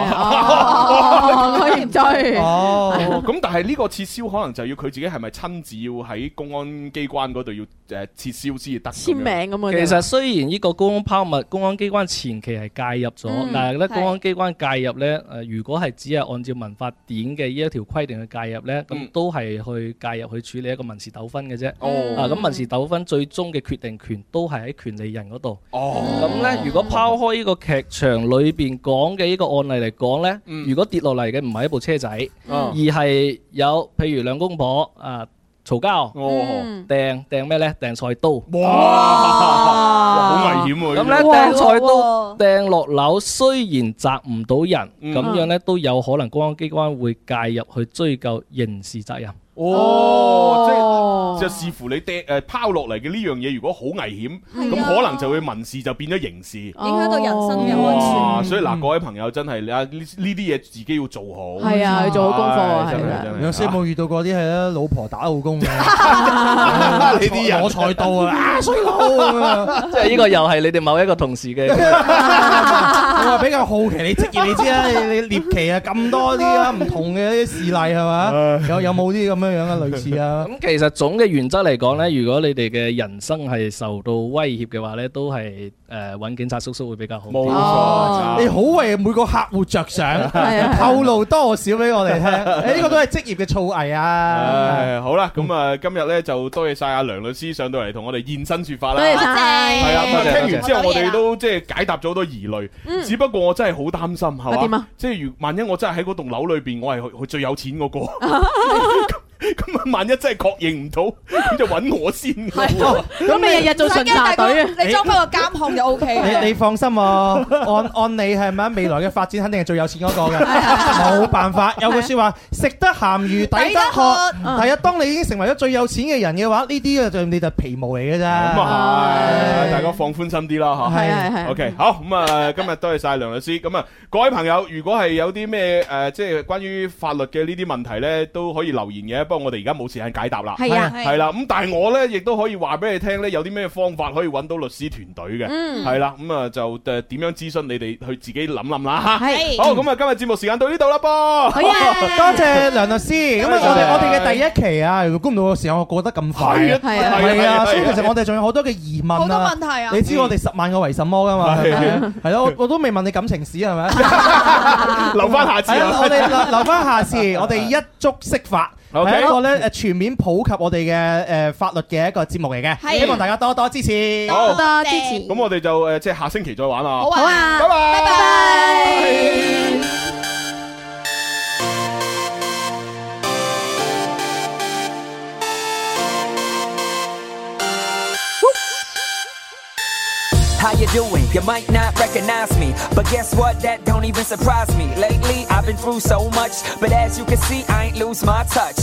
哦可以唔追
哦， 咁但係呢個撤銷可能就要佢自己係咪親自要喺公安機關嗰度要誒撤銷先至得咁樣？
其實雖然呢個公安拋物，公安機關前期係介入咗，
嗯
但係咧
係
公安機關介入咧，誒、如果係只係按照民法典嘅呢一條規定去介入咧，咁、
嗯
都係去介入去處理一個民事糾紛嘅啫。
哦
啊，咁民事糾紛最終嘅決定權都係喺權利人嗰度。
哦，
咁咧，如果拋開呢個劇場裏邊講嘅呢個案例嚟講咧，如果跌落嚟嘅唔係一部車仔，
嗯
而係有譬如兩公婆啊嘈交，
嗯
掟掟咩咧？掟菜刀。
哇，好好危險喎
咁
呢
咧
個
掟
哇
菜刀掟落樓，雖然砸唔到人，
嗯
咁樣咧都有可能公安機關會介入去追究刑事責任。
哦，即係就視乎你掟誒拋落嚟嘅呢樣嘢，如果好危險，咁
係啊
可能就會民事就變咗刑事，影
響到人身嘅安全
所以
嗯
嗱，各位朋友真係你啊呢呢啲嘢自己要做好，
係啊要做好功課啊
唉真係
係
真
啊
係。
有時有冇遇到過啲係咧老婆打老公嘅？啊
呢啲人
攞菜刀啊！啊衰佬咁啊！
即係呢個又係你哋某一個同事 嘅。
我啊話比較好奇你職業，你知啦，你你獵奇啊咁多啲啊，唔同嘅啲事例係嘛？有有冇啲咁樣樣嘅類似啊？
咁其實總嘅原則嚟講咧，如果你哋嘅人生係受到威脅嘅話咧，都係誒揾警察叔叔會比較好啲。冇
你好為每個客戶着想
係啊，
透露多少俾我哋 聽？誒呢個都係職業嘅造詣啊！
唉，好啦，咁啊，今日咧就多謝晒阿梁律師上到嚟同我哋現身說法啦。
多謝
係
晒
啊，
多謝
咁啊聽完之後
多謝
我哋都即係解答咗好多疑慮。
嗯
只不過我真係好擔心，
啊
係
點
嘛
啊？
即係如萬一我真係喺嗰棟樓裏邊，我係佢佢最有錢 嗰個。咁啊，萬一真係確認唔到，咁就揾我先。
咁
你日日做巡查隊啊你裝翻個監控就 OK 嘅
你 你放心喎，按按你係咪啊未來嘅發展肯定係最有錢嗰個嘅，冇辦法。有句説話，食得鹹魚抵得渴。
抵得渴
係啊，當你已經成為咗最有錢嘅人嘅話，呢啲啊就你就皮毛嚟嘅啫。
咁啊係，大家放寬心啲啦吓。
係係係
OK，好咁啊，今日多謝晒梁律師。咁啊，各位朋友，如果係有啲咩誒，即係關於法律嘅呢啲問題咧，都可以留言嘅。不過我哋而家冇時間解答啦。
係啊係
係啦。咁但係我咧，亦都可以話俾你聽咧，有啲咩方法可以揾到律師團隊嘅。
嗯
係啦。咁啊，就誒點樣諮詢你哋去自己諗諗啦吓。
係
好，咁啊，今日節目時間到呢度啦噃。
好多謝梁律師。咁啊，我哋我哋嘅第一期啊，估唔到個時間我過得咁快，
係啊係啊係啊
係
係啊
啊，所以其實我哋仲有好多嘅疑問啊，
好多問題啊
你知我哋十萬個為什麼噶嘛？
係啊
係係咯，我我都未問你感情史係咪？
留翻下次
係
啊
啊我 哋留留翻下次，我哋一觸識法。
OK
係一個咧誒全面普及我哋嘅誒法律嘅一個節目嚟嘅，
係
希望大家多多支持，
好咁我哋就誒，即係下星期再玩啦。
好啊
拜拜，拜
拜。
How you doing? You might not recognize me, but guess what? That don't even surprise me. Lately, I've been through so much, but as you can see, I ain't lose my touch.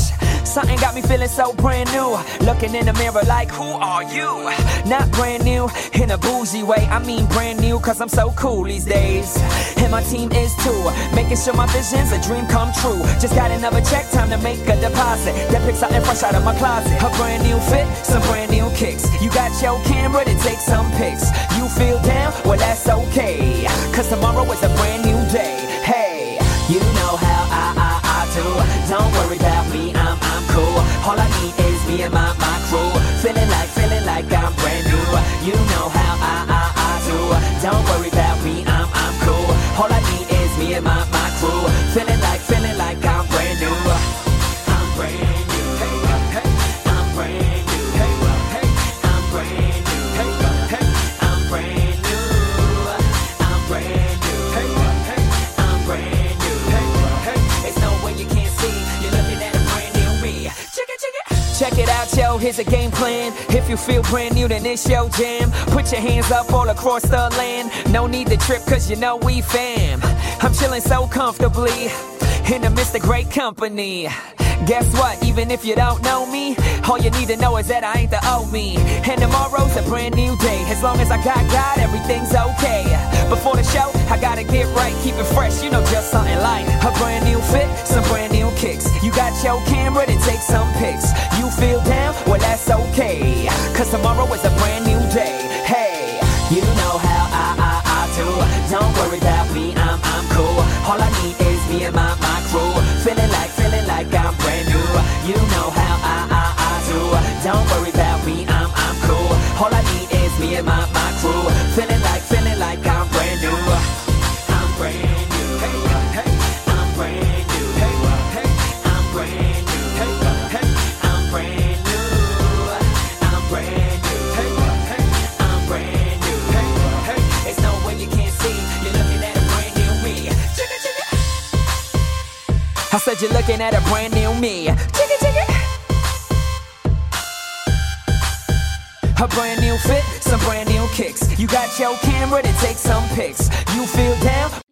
Something got me feeling so brand new. Looking in the mirror like, who are you? Not brand new in a bougie way. I mean brand new cause I'm so cool these days. And my team is too. Making sure my vision's a dream come true. Just got another check, time to make a deposit. That picks out and fresh out of my closet. A brand new fit, some brand new kicks. You got your camera to take some pics. You feel down? Well, that's okay. Cause tomorrow is a brand new day. Hey, you know how I, I, I do. Don't worry about me, I'm, I'm cool. All I need is me and my, my crew. Feeling like, feeling like I'm brand new. You know how I, I, I do. Don't worry about me, I'm, I'm cool. All I need is me and my, my crew. Feeling like, feeling like I'm brand new. I'm brand new. Hey, hey, I'm brand new. Hey, hey, I'm brand new. Hey, hey, I'm brand new. I'm brand new. Hey, hey, I'm brand new. Hey, hey, it's no way you can't see. You're looking at a brand new me. Check it, check it. Check it out, yo. Here's a game plan. If you feel brand new, then it's your jam. Put your hands up all across the land. No need to trip, cause you know we fam. I'm chilling so comfortably in the midst of great company. Guess what? Even if you don't know me, all you need to know is that I ain't the old me. And tomorrow's a brand new day. As long as I got God, everything's okay. Before the show, I gotta get right, keep it fresh, you know, just something like a brand new fit, some brand new kicks. You got your camera to take some pics. You feel down? Well, that's okay. Cause tomorrow is a brand new day. Hey, you know how I, I, I do. Don't worry about me, I'm, I'm cool. All I need is me and my, my crew. Feeling like, feeling like I'm brand new. You know how I, I, I do. Don't worry about me, I'm, I'm cool. All I need is me and my, my crew. Feeling like, feeling like I'm brand new. I'm brand new. Hey, hey, I'm brand new. Hey, hey, I'm brand new. Hey, hey, I'm brand new. I'm brand new. Hey, hey, I'm brand new. Hey, hey, it's no way you can't see. You're looking at a brand new me. Chicka, chicka. I said you're looking at a brand new me. Chicka, chicka. A brand new fit, some brand new kicks. You got your camera to take some pics. You feel down,